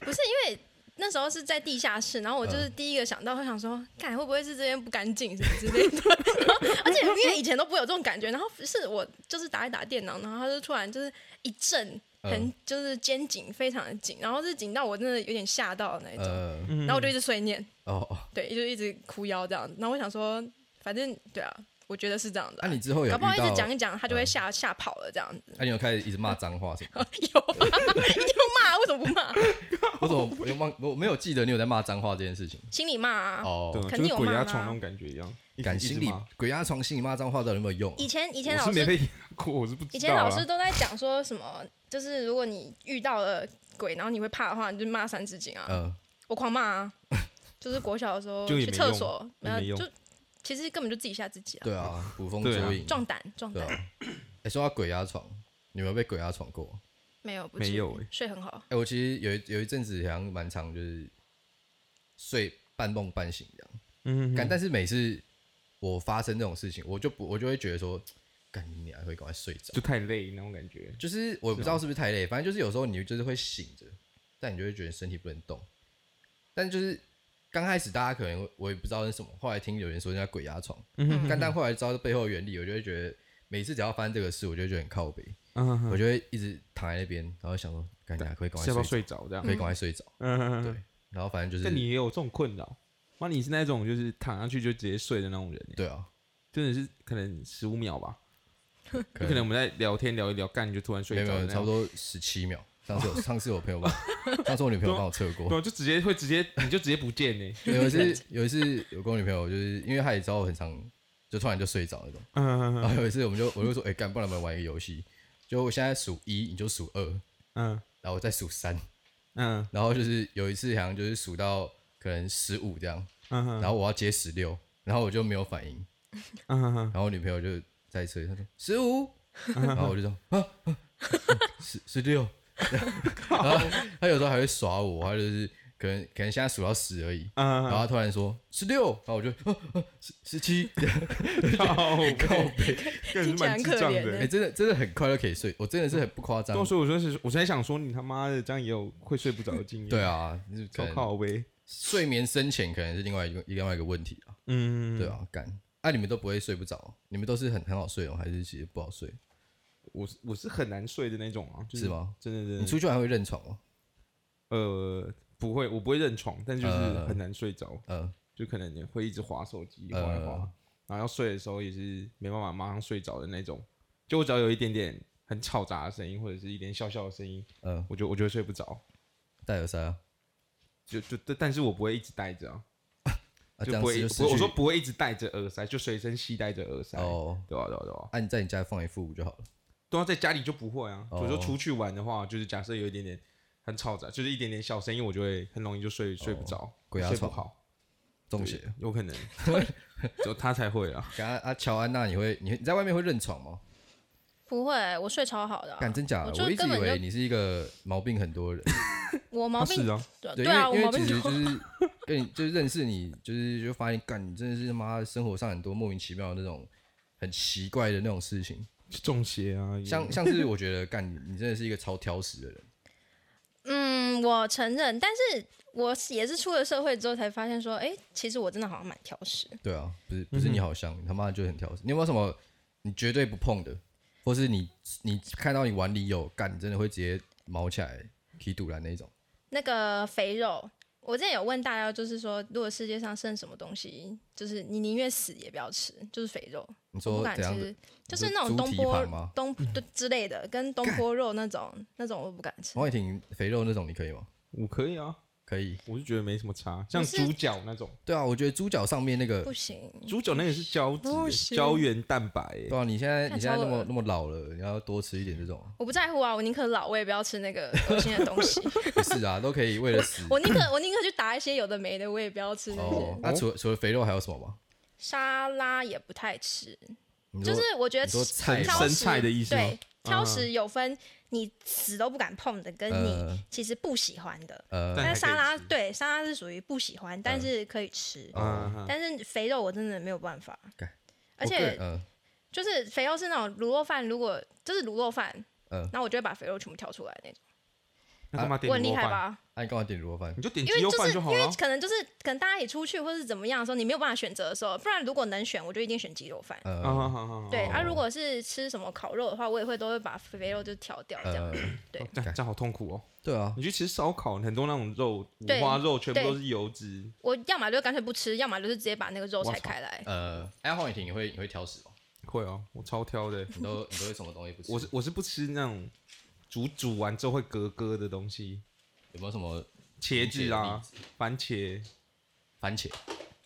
[SPEAKER 1] 不是因为那时候是在地下室，然后我
[SPEAKER 2] 嗯
[SPEAKER 1] 就是第一个想到，会想说，看会不会是这边不干净什么之类的。 然后而且因为以前都不会有这种感觉，然后是我就是打一打电脑，然后他就突然就是一阵
[SPEAKER 2] 嗯
[SPEAKER 1] 很就是肩颈非常的紧，然后是紧到我真的有点吓到的那一种，
[SPEAKER 2] 呃，
[SPEAKER 1] 然后我就一直碎念，
[SPEAKER 2] 哦，哦
[SPEAKER 1] 对，就一直哭腰这样。然后我想说，反正对啊，我觉得是这样的
[SPEAKER 2] 那
[SPEAKER 1] 啊、
[SPEAKER 2] 你之后有遇
[SPEAKER 1] 搞不好一直
[SPEAKER 2] 到？嗯啊
[SPEAKER 1] 讲一讲，他就会吓吓跑了这样子。
[SPEAKER 2] 那你有开始一直骂脏话什么？
[SPEAKER 1] 有啊， 一定要骂啊，为什么不骂？
[SPEAKER 2] 我怎么我忘我没有记得你有在骂脏话这件事 情？
[SPEAKER 1] 心里骂啊。
[SPEAKER 2] 哦，
[SPEAKER 3] 对，
[SPEAKER 1] 肯
[SPEAKER 3] 就
[SPEAKER 1] 定
[SPEAKER 3] 是
[SPEAKER 1] 有
[SPEAKER 3] 鬼
[SPEAKER 1] 骂
[SPEAKER 3] 压
[SPEAKER 1] 啦
[SPEAKER 3] 床那种感觉一样。一直
[SPEAKER 2] 感
[SPEAKER 3] 一直
[SPEAKER 2] 心里
[SPEAKER 3] 骂
[SPEAKER 2] 鬼压床，心里骂脏话到底有没有用啊？
[SPEAKER 1] 以前以前老
[SPEAKER 3] 我是没
[SPEAKER 1] 师
[SPEAKER 3] 被压过，我是不知道啊。
[SPEAKER 1] 以前老师都在讲说什么，就是如果你遇到了鬼，然后你会怕的话，你就骂三字经啊。
[SPEAKER 2] 嗯，
[SPEAKER 1] 我狂骂啊， 就是国小的时候
[SPEAKER 3] 就也
[SPEAKER 1] 去
[SPEAKER 3] 没
[SPEAKER 1] 厕
[SPEAKER 3] 用
[SPEAKER 1] 所，
[SPEAKER 3] 也
[SPEAKER 1] 然后
[SPEAKER 3] 没用
[SPEAKER 1] 就其实根本就自己吓自己啊，
[SPEAKER 2] 对啊，捕风
[SPEAKER 3] 对啊
[SPEAKER 2] 捉影，
[SPEAKER 1] 壮胆壮
[SPEAKER 2] 对
[SPEAKER 1] 胆
[SPEAKER 2] 啊。哎，说到鬼压床，你有没有被鬼压床过？
[SPEAKER 1] 没有不
[SPEAKER 3] 没
[SPEAKER 1] 至于
[SPEAKER 3] 有欸
[SPEAKER 1] 睡很好，
[SPEAKER 2] 哎、我其实有一有一阵子好像蛮长，就是睡半梦半醒这样。
[SPEAKER 3] 嗯，
[SPEAKER 2] 感、但是每次我发生这种事情，我就不我就会觉得说，干你还会赶快睡着。
[SPEAKER 3] 就太累那种感觉。
[SPEAKER 2] 就是我不
[SPEAKER 3] 啊
[SPEAKER 2] 知道是不是太累，反正就是有时候你就是会醒着，但你就会觉得身体不能动。但就是刚开始大家可能会我也不知道是什么，后来听有人说人家鬼压床，
[SPEAKER 1] 嗯
[SPEAKER 2] 但但后来知道背后的原理，我就会觉得每次只要发生这个事，我就会觉得很靠北，
[SPEAKER 3] 嗯，哼
[SPEAKER 2] 我就会一直躺在那边，然后想说，干你还可以赶
[SPEAKER 3] 要不
[SPEAKER 2] 快
[SPEAKER 3] 要
[SPEAKER 2] 睡，
[SPEAKER 3] 睡着这样
[SPEAKER 2] 可？以赶快睡着。
[SPEAKER 3] 嗯哼哼
[SPEAKER 2] 对，然后反正就是，
[SPEAKER 3] 但你也有这种困扰？哇，你是那种就是躺下去就直接睡的那种人耶，
[SPEAKER 2] 对啊，
[SPEAKER 3] 真的是可能十五秒吧，
[SPEAKER 2] 可
[SPEAKER 3] 就可能我们在聊天聊一聊，干你就突然
[SPEAKER 2] 没
[SPEAKER 3] 睡
[SPEAKER 2] 有没
[SPEAKER 3] 着
[SPEAKER 2] 有，
[SPEAKER 3] 的那
[SPEAKER 2] 差不
[SPEAKER 3] 种，
[SPEAKER 2] 多十七秒。上 次有上次我朋友帮，上次我女朋友帮我测过。
[SPEAKER 3] 对，就直接会直接你就直接不见呢。
[SPEAKER 2] 有一次有一次有跟我女朋友，就是因为她也知道我很常就突然就睡着那种。
[SPEAKER 3] 嗯哼
[SPEAKER 2] 然
[SPEAKER 3] 哼
[SPEAKER 2] 后有一次我们就我就说，哎、干，不然我们玩一个游戏，就我现在数一，你就数二，
[SPEAKER 3] 嗯
[SPEAKER 2] 然后我再数三，
[SPEAKER 3] 嗯
[SPEAKER 2] 然后就是有一次好像就是数到可能十五这样，
[SPEAKER 3] 嗯哼
[SPEAKER 2] 然后我要接十六，然后我就没有反应，
[SPEAKER 3] 嗯哼哼，
[SPEAKER 2] 然后我女朋友就在车里，她说十 五，然后我就说啊， 十十六，然后她有时候还会耍我，她就是可能可能现在数到十而已，然后
[SPEAKER 3] 嗯
[SPEAKER 2] 她突然说十六，然后我就啊啊十十七，
[SPEAKER 3] 哼， 靠
[SPEAKER 2] 靠
[SPEAKER 3] 背，
[SPEAKER 2] 背，
[SPEAKER 3] 更是
[SPEAKER 1] 听起来
[SPEAKER 3] 蛮
[SPEAKER 1] 很
[SPEAKER 3] 智
[SPEAKER 1] 可
[SPEAKER 3] 障
[SPEAKER 1] 怜欸
[SPEAKER 2] 哎、
[SPEAKER 3] 的。
[SPEAKER 2] 真的真的很快就可以睡，我真的是很不夸张
[SPEAKER 3] 到，时候我说是，我才想说你他妈的这样也有会睡不着的经验，
[SPEAKER 2] 对，啊，就是可
[SPEAKER 3] 超
[SPEAKER 2] 能
[SPEAKER 3] 靠背，
[SPEAKER 2] 睡眠深浅可能是另外一个另外一个问题啊，
[SPEAKER 3] 嗯，
[SPEAKER 2] 对，啊，干，啊你们都不会睡不着，你们都是很很好睡哦，还是其实不好睡？
[SPEAKER 3] 我是我是很难睡的那种啊，就是
[SPEAKER 2] 吗？
[SPEAKER 3] 真的真的
[SPEAKER 2] 你出去还会认床哦？
[SPEAKER 3] 呃，不会，我不会认床，但就是
[SPEAKER 2] 呃
[SPEAKER 3] 很难睡着，
[SPEAKER 2] 嗯，
[SPEAKER 3] 就可能你会一直划手机，划一划，
[SPEAKER 2] 呃
[SPEAKER 3] 然后要睡的时候也是没办法马上睡着的那种。就我只要有一点点很吵杂的声音，或者是一点小小的声音，
[SPEAKER 2] 呃，
[SPEAKER 3] 我就我就会睡不着。
[SPEAKER 2] 戴耳塞啊，
[SPEAKER 3] 就就但但是我不会一直戴着啊，
[SPEAKER 2] 啊这
[SPEAKER 3] 就
[SPEAKER 2] 样
[SPEAKER 3] 不
[SPEAKER 2] 子
[SPEAKER 3] 会
[SPEAKER 2] 就
[SPEAKER 3] 我
[SPEAKER 2] 失去
[SPEAKER 3] 我说不会一直戴着耳塞，就随身携带着耳塞。
[SPEAKER 2] 哦，
[SPEAKER 3] 对啊对啊对啊，
[SPEAKER 2] 啊你在你家放一副就好了，
[SPEAKER 3] 都要在家里就不会啊。
[SPEAKER 2] 哦
[SPEAKER 3] 我说出去玩的话，就是假设有一点点很吵杂，就是一点点小声音，我就会很容易就睡睡不着，
[SPEAKER 2] 哦鬼压
[SPEAKER 3] 睡不
[SPEAKER 2] 床
[SPEAKER 3] 好。
[SPEAKER 2] 中
[SPEAKER 3] 对
[SPEAKER 2] 邪。
[SPEAKER 3] 有 可能，就他才会啊。
[SPEAKER 2] 干啊啊乔安娜，你会你会你在外面会认床吗？
[SPEAKER 1] 不会欸，我睡超好的啊。
[SPEAKER 2] 干真假的？
[SPEAKER 1] 我就
[SPEAKER 2] 我一直
[SPEAKER 1] 根
[SPEAKER 2] 以
[SPEAKER 1] 本
[SPEAKER 2] 为
[SPEAKER 1] 就
[SPEAKER 2] 你是一个毛病很多的人，
[SPEAKER 1] 我毛
[SPEAKER 3] 他是
[SPEAKER 1] 病
[SPEAKER 3] 啊，
[SPEAKER 1] 对
[SPEAKER 2] 对，
[SPEAKER 1] 对啊，我
[SPEAKER 2] 因为因
[SPEAKER 1] 毛
[SPEAKER 2] 为
[SPEAKER 1] 病
[SPEAKER 2] 其实
[SPEAKER 1] 多
[SPEAKER 2] 就。是 跟你就是认识你，就是就发现干你真的是他妈生活上很多莫名其妙的那种很奇怪的那种事情。
[SPEAKER 3] 中邪啊，
[SPEAKER 2] 像像是我觉得，干你你真的是一个超挑食的人，
[SPEAKER 1] 嗯，我承认，但是我也是出了社会之后才发现说，哎、其实我真的好像蛮挑食。
[SPEAKER 2] 对啊，不是不是你好香，你他妈就很挑食。你有没有什么你绝对不碰的，或是你你看到你碗里有干，你真的会直接毛起来提堵来那一种？
[SPEAKER 1] 那个肥肉，我之前有问大家，就是说，如果世界上剩什么东西，就是你宁愿死也不要吃，就是肥肉，
[SPEAKER 2] 你
[SPEAKER 1] 我
[SPEAKER 2] 说
[SPEAKER 1] 不敢
[SPEAKER 2] 怎样的
[SPEAKER 1] 吃？，就是那种
[SPEAKER 2] 猪
[SPEAKER 1] 东
[SPEAKER 2] 蹄
[SPEAKER 1] 坡
[SPEAKER 2] 盘吗
[SPEAKER 1] 东对之类的，跟东坡肉那种那种我不敢吃。
[SPEAKER 2] 王伟霆肥肉那种你可以吗？
[SPEAKER 3] 我可以啊，
[SPEAKER 2] 可以。
[SPEAKER 3] 我是觉得没什么差。像
[SPEAKER 1] 是
[SPEAKER 3] 猪脚那种，
[SPEAKER 2] 对啊，我觉得猪脚上面那
[SPEAKER 1] 不
[SPEAKER 2] 个，
[SPEAKER 1] 行，
[SPEAKER 3] 猪脚那个是胶质
[SPEAKER 1] 不
[SPEAKER 3] 欸
[SPEAKER 1] 行
[SPEAKER 3] 胶原蛋白欸，
[SPEAKER 2] 对啊，你现在
[SPEAKER 1] 看
[SPEAKER 2] 你现在
[SPEAKER 1] 超
[SPEAKER 2] 那么
[SPEAKER 1] 恶
[SPEAKER 2] 那么老了，你要多吃一点这种。
[SPEAKER 1] 我不在乎啊，我宁可老，我也不要吃那个恶心的东 西。
[SPEAKER 2] 也是啊，都可以为了死。
[SPEAKER 1] 我宁可我宁可去打一些有的没的，我也不要吃那
[SPEAKER 2] 哦
[SPEAKER 1] 些，
[SPEAKER 2] 那除了除了肥肉还有什么吗？
[SPEAKER 1] 沙拉，也不太吃。
[SPEAKER 2] 你
[SPEAKER 1] 就
[SPEAKER 2] 说
[SPEAKER 1] 是我觉得
[SPEAKER 2] 你说菜
[SPEAKER 1] 挑
[SPEAKER 3] 生
[SPEAKER 1] 食
[SPEAKER 3] 菜的意思吗
[SPEAKER 1] 对，挑
[SPEAKER 3] 啊
[SPEAKER 1] 食有分你死都不敢碰的，跟
[SPEAKER 2] 呃
[SPEAKER 1] 你其实不喜欢的。
[SPEAKER 2] 呃，
[SPEAKER 1] 但
[SPEAKER 3] 但还可以
[SPEAKER 1] 沙拉
[SPEAKER 3] 吃嗯
[SPEAKER 1] 对沙拉是属于不喜欢，但是可以吃。
[SPEAKER 2] 哦
[SPEAKER 3] 啊哈
[SPEAKER 1] 但是肥肉我真的没有办法
[SPEAKER 2] 干，
[SPEAKER 1] 而
[SPEAKER 2] 我个人
[SPEAKER 1] 且
[SPEAKER 2] 呃
[SPEAKER 1] 就是肥肉是那种卤肉饭，如果就是卤肉饭，
[SPEAKER 2] 呃，
[SPEAKER 3] 嗯
[SPEAKER 1] 然后我就会把肥肉全部挑出来那种。
[SPEAKER 3] 那干嘛点
[SPEAKER 1] 我很
[SPEAKER 3] 牛
[SPEAKER 1] 厉
[SPEAKER 3] 肉
[SPEAKER 1] 害
[SPEAKER 3] 饭？
[SPEAKER 1] 吧？
[SPEAKER 2] 那你干嘛点卤肉饭
[SPEAKER 3] 你？就点
[SPEAKER 1] 因
[SPEAKER 3] 鸡
[SPEAKER 1] 为
[SPEAKER 3] 肉
[SPEAKER 1] 就是
[SPEAKER 3] 饭就
[SPEAKER 1] 因
[SPEAKER 3] 好了
[SPEAKER 1] 为
[SPEAKER 3] 啊。
[SPEAKER 1] 可能就是可能大家一起出去或是怎么样的时候，你没有办法选择的时候，不然如果能选，我就一定选鸡肉饭。
[SPEAKER 3] 啊好
[SPEAKER 2] 呃
[SPEAKER 3] 好好，
[SPEAKER 1] 对，
[SPEAKER 3] 好
[SPEAKER 1] 啊，如果是吃什么烤肉的话，我也会都会把肥肉就挑掉这样
[SPEAKER 2] 呃。，
[SPEAKER 1] 对
[SPEAKER 3] 哦这样这样好痛苦哦。
[SPEAKER 2] 对 啊，
[SPEAKER 3] 你去吃烧烤，很多那种肉五
[SPEAKER 1] 对
[SPEAKER 3] 花肉全部
[SPEAKER 1] 对
[SPEAKER 3] 都是油脂，
[SPEAKER 1] 我要么就干脆不吃，要么就是直接把那个肉
[SPEAKER 3] 我
[SPEAKER 1] 拆
[SPEAKER 3] 操
[SPEAKER 1] 开来。
[SPEAKER 2] 呃，哎，黄雨婷，你会你会挑食吗？
[SPEAKER 3] 会哦，我超挑的欸。
[SPEAKER 2] 你都你都会什么东西不吃？
[SPEAKER 3] 我是我是不吃那种煮煮完之后会咯咯的东西，
[SPEAKER 2] 有没有什么
[SPEAKER 3] 茄
[SPEAKER 2] 理
[SPEAKER 3] 子
[SPEAKER 2] 解
[SPEAKER 3] 啊、番茄，
[SPEAKER 2] 番茄？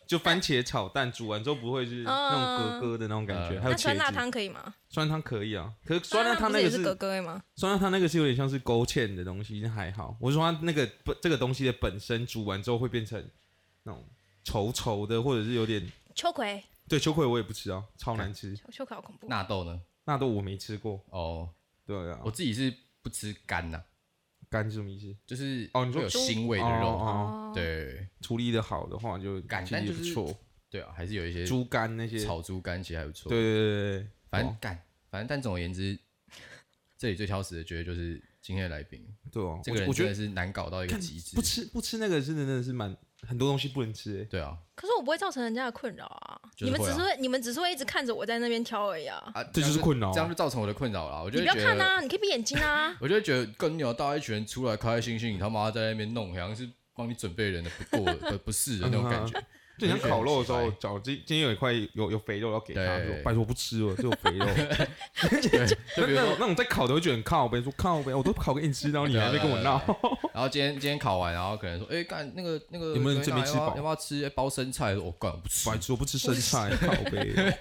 [SPEAKER 3] 就番茄炒蛋，煮完之后不会是那种咯咯的那种感觉，
[SPEAKER 2] 嗯
[SPEAKER 3] 还有
[SPEAKER 1] 那
[SPEAKER 3] 茄子。
[SPEAKER 1] 酸辣汤可以吗？
[SPEAKER 3] 酸辣汤可以啊，可是酸
[SPEAKER 1] 辣
[SPEAKER 3] 辣汤
[SPEAKER 1] 不是
[SPEAKER 3] 那
[SPEAKER 1] 也
[SPEAKER 3] 个是
[SPEAKER 1] 是哥哥吗？
[SPEAKER 3] 酸辣汤那个是有点像是勾芡的东西，那还好。我说它那个不这个东西的本身煮完之后会变成那种稠稠的，或者是有点
[SPEAKER 1] 秋葵，
[SPEAKER 3] 对秋葵我也不吃啊，超难吃。
[SPEAKER 1] 秋秋葵好恐怖。
[SPEAKER 2] 纳豆呢？
[SPEAKER 3] 纳豆我没吃过，
[SPEAKER 2] 哦，
[SPEAKER 3] 对啊
[SPEAKER 2] 我，自己是不吃干呐，
[SPEAKER 3] 干是什么意思？
[SPEAKER 2] 就是
[SPEAKER 3] 哦你说
[SPEAKER 2] 会有
[SPEAKER 3] 猪
[SPEAKER 2] 腥味的
[SPEAKER 3] 哦
[SPEAKER 2] 肉，
[SPEAKER 3] 哦，
[SPEAKER 1] 哦，
[SPEAKER 2] 对
[SPEAKER 3] 处理的好的话就
[SPEAKER 2] 干
[SPEAKER 3] 其实
[SPEAKER 2] 但
[SPEAKER 3] 也
[SPEAKER 2] 就
[SPEAKER 3] 不
[SPEAKER 2] 是
[SPEAKER 3] 错，
[SPEAKER 2] 对啊，还是有一些
[SPEAKER 3] 猪肝那些，对
[SPEAKER 2] 炒猪肝其实还不错。
[SPEAKER 3] 对对对，
[SPEAKER 2] 反
[SPEAKER 3] 哦
[SPEAKER 2] 正干，反正但总而言之，这里最挑食的绝对就是今天的来宾，
[SPEAKER 3] 对哦，
[SPEAKER 2] 这个
[SPEAKER 3] 我
[SPEAKER 2] 人
[SPEAKER 3] 我觉
[SPEAKER 2] 真
[SPEAKER 3] 得
[SPEAKER 2] 的是难搞到一个极致
[SPEAKER 3] 不。吃不吃那个真的真的是蛮很多东西不能吃欸，
[SPEAKER 2] 对啊，
[SPEAKER 1] 可是我不会造成人家的困扰啊！
[SPEAKER 2] 就是
[SPEAKER 1] 你们
[SPEAKER 2] 会
[SPEAKER 1] 只
[SPEAKER 2] 啊
[SPEAKER 1] 是会，你们只是会一直看着我在那边挑而已啊！
[SPEAKER 2] 啊，
[SPEAKER 3] 这就是困扰啊
[SPEAKER 2] 这样就造成我的困扰了。我就
[SPEAKER 1] 你
[SPEAKER 2] 会
[SPEAKER 1] 不要
[SPEAKER 2] 觉
[SPEAKER 1] 看
[SPEAKER 2] 得，。
[SPEAKER 1] 啊，你可以闭眼睛啊
[SPEAKER 2] 我就会觉得跟鸟大一群人出来开开心心，你他妈在那边弄，好像是帮你准备人的不过不不是的那种感觉。
[SPEAKER 3] 就像
[SPEAKER 2] 我就觉得
[SPEAKER 3] 烤肉的时候
[SPEAKER 2] 很，
[SPEAKER 3] 找今今天有一块有有肥肉要给他，
[SPEAKER 2] 对
[SPEAKER 3] 说拜托不吃了，这有 肥肉。
[SPEAKER 2] 就比如
[SPEAKER 3] 那种
[SPEAKER 2] 说，
[SPEAKER 3] 那种在烤的会觉得很靠呗，说靠呗，我都烤给你吃，然后你
[SPEAKER 2] 啊
[SPEAKER 3] 还在跟我闹。
[SPEAKER 2] 然后今天今天烤完，然后可能说，哎，干那个那个，
[SPEAKER 3] 有没有人
[SPEAKER 2] 昨
[SPEAKER 3] 这
[SPEAKER 2] 天
[SPEAKER 3] 边吃
[SPEAKER 2] 要不要
[SPEAKER 3] 饱
[SPEAKER 2] 要不要吃哎包生菜？我干，我不吃
[SPEAKER 3] 白，痴，我不吃生菜，靠呗。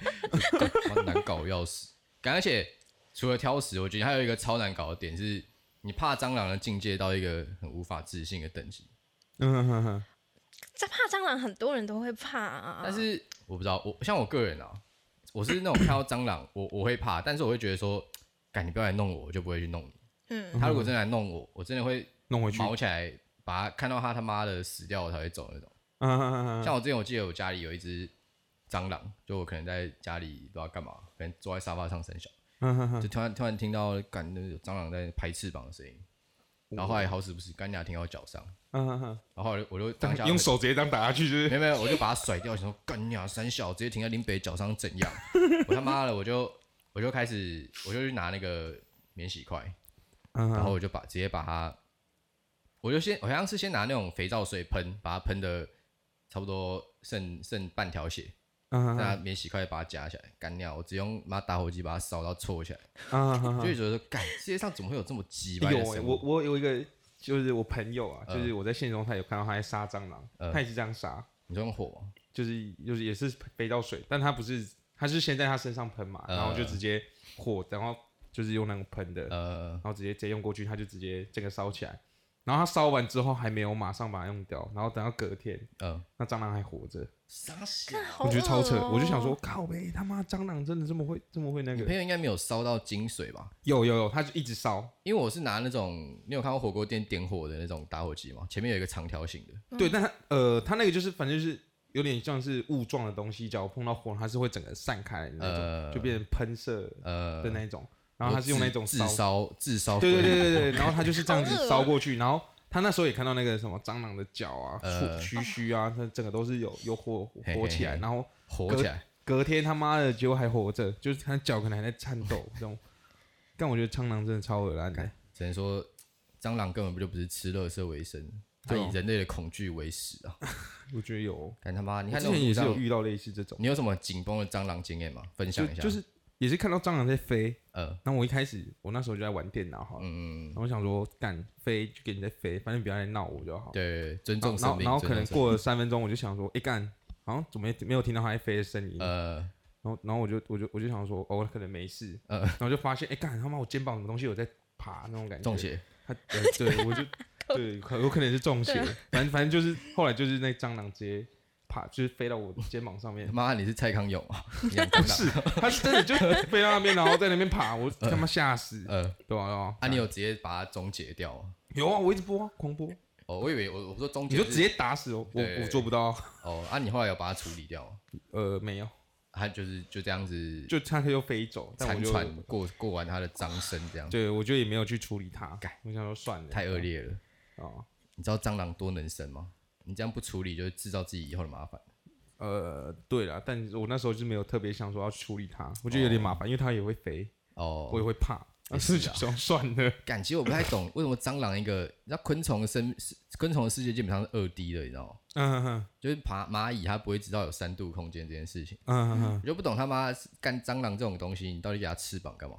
[SPEAKER 2] 妈难搞要死。干，而且除了挑食，我觉得还有一个超难搞的点是，你怕蟑螂的境界到一个很无法置信的等级。
[SPEAKER 3] 嗯 哼哼哼，
[SPEAKER 1] 这怕蟑螂，很多人都会怕啊。
[SPEAKER 2] 但是我不知道，我像我个人啊，我是那种看到蟑螂，我我会怕，但是我会觉得说，干你不要来弄我，我就不会去弄你。
[SPEAKER 1] 嗯，
[SPEAKER 2] 他如果真的来弄我，我真的会
[SPEAKER 3] 弄回去。
[SPEAKER 2] 毛起来，把他看到他他妈的死掉我才会走那种。
[SPEAKER 3] 嗯哼哼哼
[SPEAKER 2] 像我之前我记得我家里有一只蟑螂，就我可能在家里不知道干嘛，可能坐在沙发上生小，
[SPEAKER 3] 嗯哼哼，
[SPEAKER 2] 就突然突然听到干那有蟑螂在拍翅膀的声音，然后后来好死不死干牙听到脚上，
[SPEAKER 3] 嗯哼哼
[SPEAKER 2] 然后我就我就当下
[SPEAKER 3] 哼， 用手直接这样打下去，就
[SPEAKER 2] 没
[SPEAKER 3] 是
[SPEAKER 2] 有没有，我就把它甩掉，想说干你啊，三小直接停在林北脚上怎样？我他妈的，我就我就开始我就去拿那个免洗块，
[SPEAKER 3] 嗯
[SPEAKER 2] 然
[SPEAKER 3] 哼
[SPEAKER 2] 后我就把直接把它，我就先我好像是先拿那种肥皂水喷，把它喷的差不多剩剩半条血，
[SPEAKER 3] 嗯哼
[SPEAKER 2] 那免洗块把它夹起来，干掉，我只用妈打火机把它烧到臭起来，
[SPEAKER 3] 嗯哼
[SPEAKER 2] 就
[SPEAKER 3] 哼
[SPEAKER 2] 会觉得说干世界上怎么会有这么鸡
[SPEAKER 3] 哼，
[SPEAKER 2] 巴
[SPEAKER 3] 有
[SPEAKER 2] 的
[SPEAKER 3] 欸
[SPEAKER 2] 生
[SPEAKER 3] 我
[SPEAKER 2] 物？
[SPEAKER 3] 我有一个就是我朋友啊，
[SPEAKER 2] 嗯
[SPEAKER 3] 就是我在现实中他有看到他在杀蟑螂，
[SPEAKER 2] 嗯
[SPEAKER 3] 他也是这样杀，
[SPEAKER 2] 你说用火吗？
[SPEAKER 3] 就是就是也是肥皂水，但他不是，他是先在他身上喷嘛，
[SPEAKER 2] 嗯
[SPEAKER 3] 然后就直接火，然后就是用那个喷的，
[SPEAKER 2] 呃
[SPEAKER 3] 然，后直接直接用过去，它就直接整个烧起来。然后它烧完之后还没有马上把它用掉，然后等到隔天，
[SPEAKER 2] 嗯，
[SPEAKER 3] 那蟑螂还活着，
[SPEAKER 2] 傻小
[SPEAKER 1] 看。好
[SPEAKER 3] 我觉得超
[SPEAKER 1] 恶
[SPEAKER 3] 扯。
[SPEAKER 1] 哦
[SPEAKER 3] 我就想说，，靠呗，他妈蟑螂真的这么会这么会那
[SPEAKER 2] 你朋
[SPEAKER 3] 个？
[SPEAKER 2] 友应该没有烧到精髓吧？
[SPEAKER 3] 有有有，它就一直烧。
[SPEAKER 2] 因为我是拿那种，你有看过火锅店点火的那种打火机吗？前面有一个长条形的，
[SPEAKER 3] 对，但它呃，它那个就是反正就是有点像是雾状的东西，只要碰到火，它是会整个散开的那种，
[SPEAKER 2] 呃
[SPEAKER 3] 就变成喷射
[SPEAKER 2] 呃
[SPEAKER 3] 的，那种。然后它是用那种
[SPEAKER 2] 自自烧自烧，
[SPEAKER 3] 对对对对对，然后它就是这样子烧过去，然后他那时候也看到那个什么蟑螂的脚啊、
[SPEAKER 2] 呃
[SPEAKER 3] 触须须啊，它整个都是有有火
[SPEAKER 2] 嘿
[SPEAKER 3] 火起来，
[SPEAKER 2] 嘿嘿
[SPEAKER 3] 然后
[SPEAKER 2] 火起来，
[SPEAKER 3] 隔天他妈的结果还活着，就是他脚可能还在颤抖 这种。但我觉得蟑螂真的超恶烂的，
[SPEAKER 2] 只能说蟑螂根本就不是吃垃圾为生，它
[SPEAKER 3] 对
[SPEAKER 2] 以
[SPEAKER 3] 哦
[SPEAKER 2] 人类的恐惧为食啊！
[SPEAKER 3] 我觉得有。
[SPEAKER 2] 看他妈，你
[SPEAKER 3] 你
[SPEAKER 2] 看
[SPEAKER 3] 之
[SPEAKER 2] 那种路
[SPEAKER 3] 前也是有
[SPEAKER 2] 上，
[SPEAKER 3] 遇到类似这种，
[SPEAKER 2] 你有什么紧绷的蟑螂经验吗？分享
[SPEAKER 3] 就
[SPEAKER 2] 一下。
[SPEAKER 3] 就是也是看到蟑螂在飞，
[SPEAKER 2] 呃，
[SPEAKER 3] 然后我一开始我那时候就在玩电脑哈，
[SPEAKER 2] 嗯，
[SPEAKER 3] 然后我想说干飞就给你在飞，反正不要来闹我就好。
[SPEAKER 2] 对，尊
[SPEAKER 3] 然
[SPEAKER 2] 重
[SPEAKER 3] 后
[SPEAKER 2] 生
[SPEAKER 3] 然后
[SPEAKER 2] 命。
[SPEAKER 3] 然后可
[SPEAKER 2] 尊
[SPEAKER 3] 能
[SPEAKER 2] 重生命
[SPEAKER 3] 过了三分钟，我就想说，哎、干，好像怎么也没有听到它在飞的声音。
[SPEAKER 2] 呃
[SPEAKER 3] 然后然后我就我就我就想说，哦，可能没事。
[SPEAKER 2] 呃
[SPEAKER 3] 然后就发现，哎、干他妈我肩膀什么东西有在爬那种感觉。
[SPEAKER 2] 中邪，
[SPEAKER 3] 他呃对我就对，可有可能是中邪
[SPEAKER 1] 对，
[SPEAKER 3] 反正反正就是后来就是那蟑螂直接爬，就是飞到我肩膀上 面
[SPEAKER 2] 他，妈你是蔡康永啊？你 养蟑螂？
[SPEAKER 3] 是，它是真的就飞到那边，然后在那边爬，我他妈吓死，
[SPEAKER 2] 呃，
[SPEAKER 3] 对吧、啊？
[SPEAKER 2] 啊，你有直接把它终结掉啊？
[SPEAKER 3] 有啊，我一直播啊，狂播，
[SPEAKER 2] 哦，我以为我我说终
[SPEAKER 3] 你
[SPEAKER 2] 结，
[SPEAKER 3] 就是直接打死我，哦我
[SPEAKER 2] 对
[SPEAKER 3] 我做不到，
[SPEAKER 2] 哦，啊，你后来有把它处理掉啊？
[SPEAKER 3] 呃，没有，
[SPEAKER 2] 它就是就这样子
[SPEAKER 3] 就它又飞走，但我
[SPEAKER 2] 残
[SPEAKER 3] 就
[SPEAKER 2] 喘过过完它的张生这样，
[SPEAKER 3] 对我就也没有去处理它
[SPEAKER 2] 干，
[SPEAKER 3] 我想说算了，
[SPEAKER 2] 太恶劣了。
[SPEAKER 3] 啊，
[SPEAKER 2] 你知道蟑螂多能生吗？你这样不处理，就是制造自己以后的麻烦。
[SPEAKER 3] 呃，对了，但我那时候就没有特别想说要去处理它，我觉得有点麻烦，因为它也会飞，我
[SPEAKER 2] 哦，
[SPEAKER 3] 也会怕，
[SPEAKER 2] 也
[SPEAKER 3] 但
[SPEAKER 2] 是
[SPEAKER 3] 是
[SPEAKER 2] 啊
[SPEAKER 3] 就想 算了，
[SPEAKER 2] 感其实我不太懂为什么蟑螂一个，你知道昆虫的生世昆虫的世界基本上是二 D 的，你知道吗？
[SPEAKER 3] 嗯哼哼。
[SPEAKER 2] 就是爬蚂蚁它不会知道有三度空间这件事情，
[SPEAKER 3] 嗯嗯嗯，
[SPEAKER 2] 我就不懂他妈干蟑螂这种东西，你到底给它翅膀干嘛？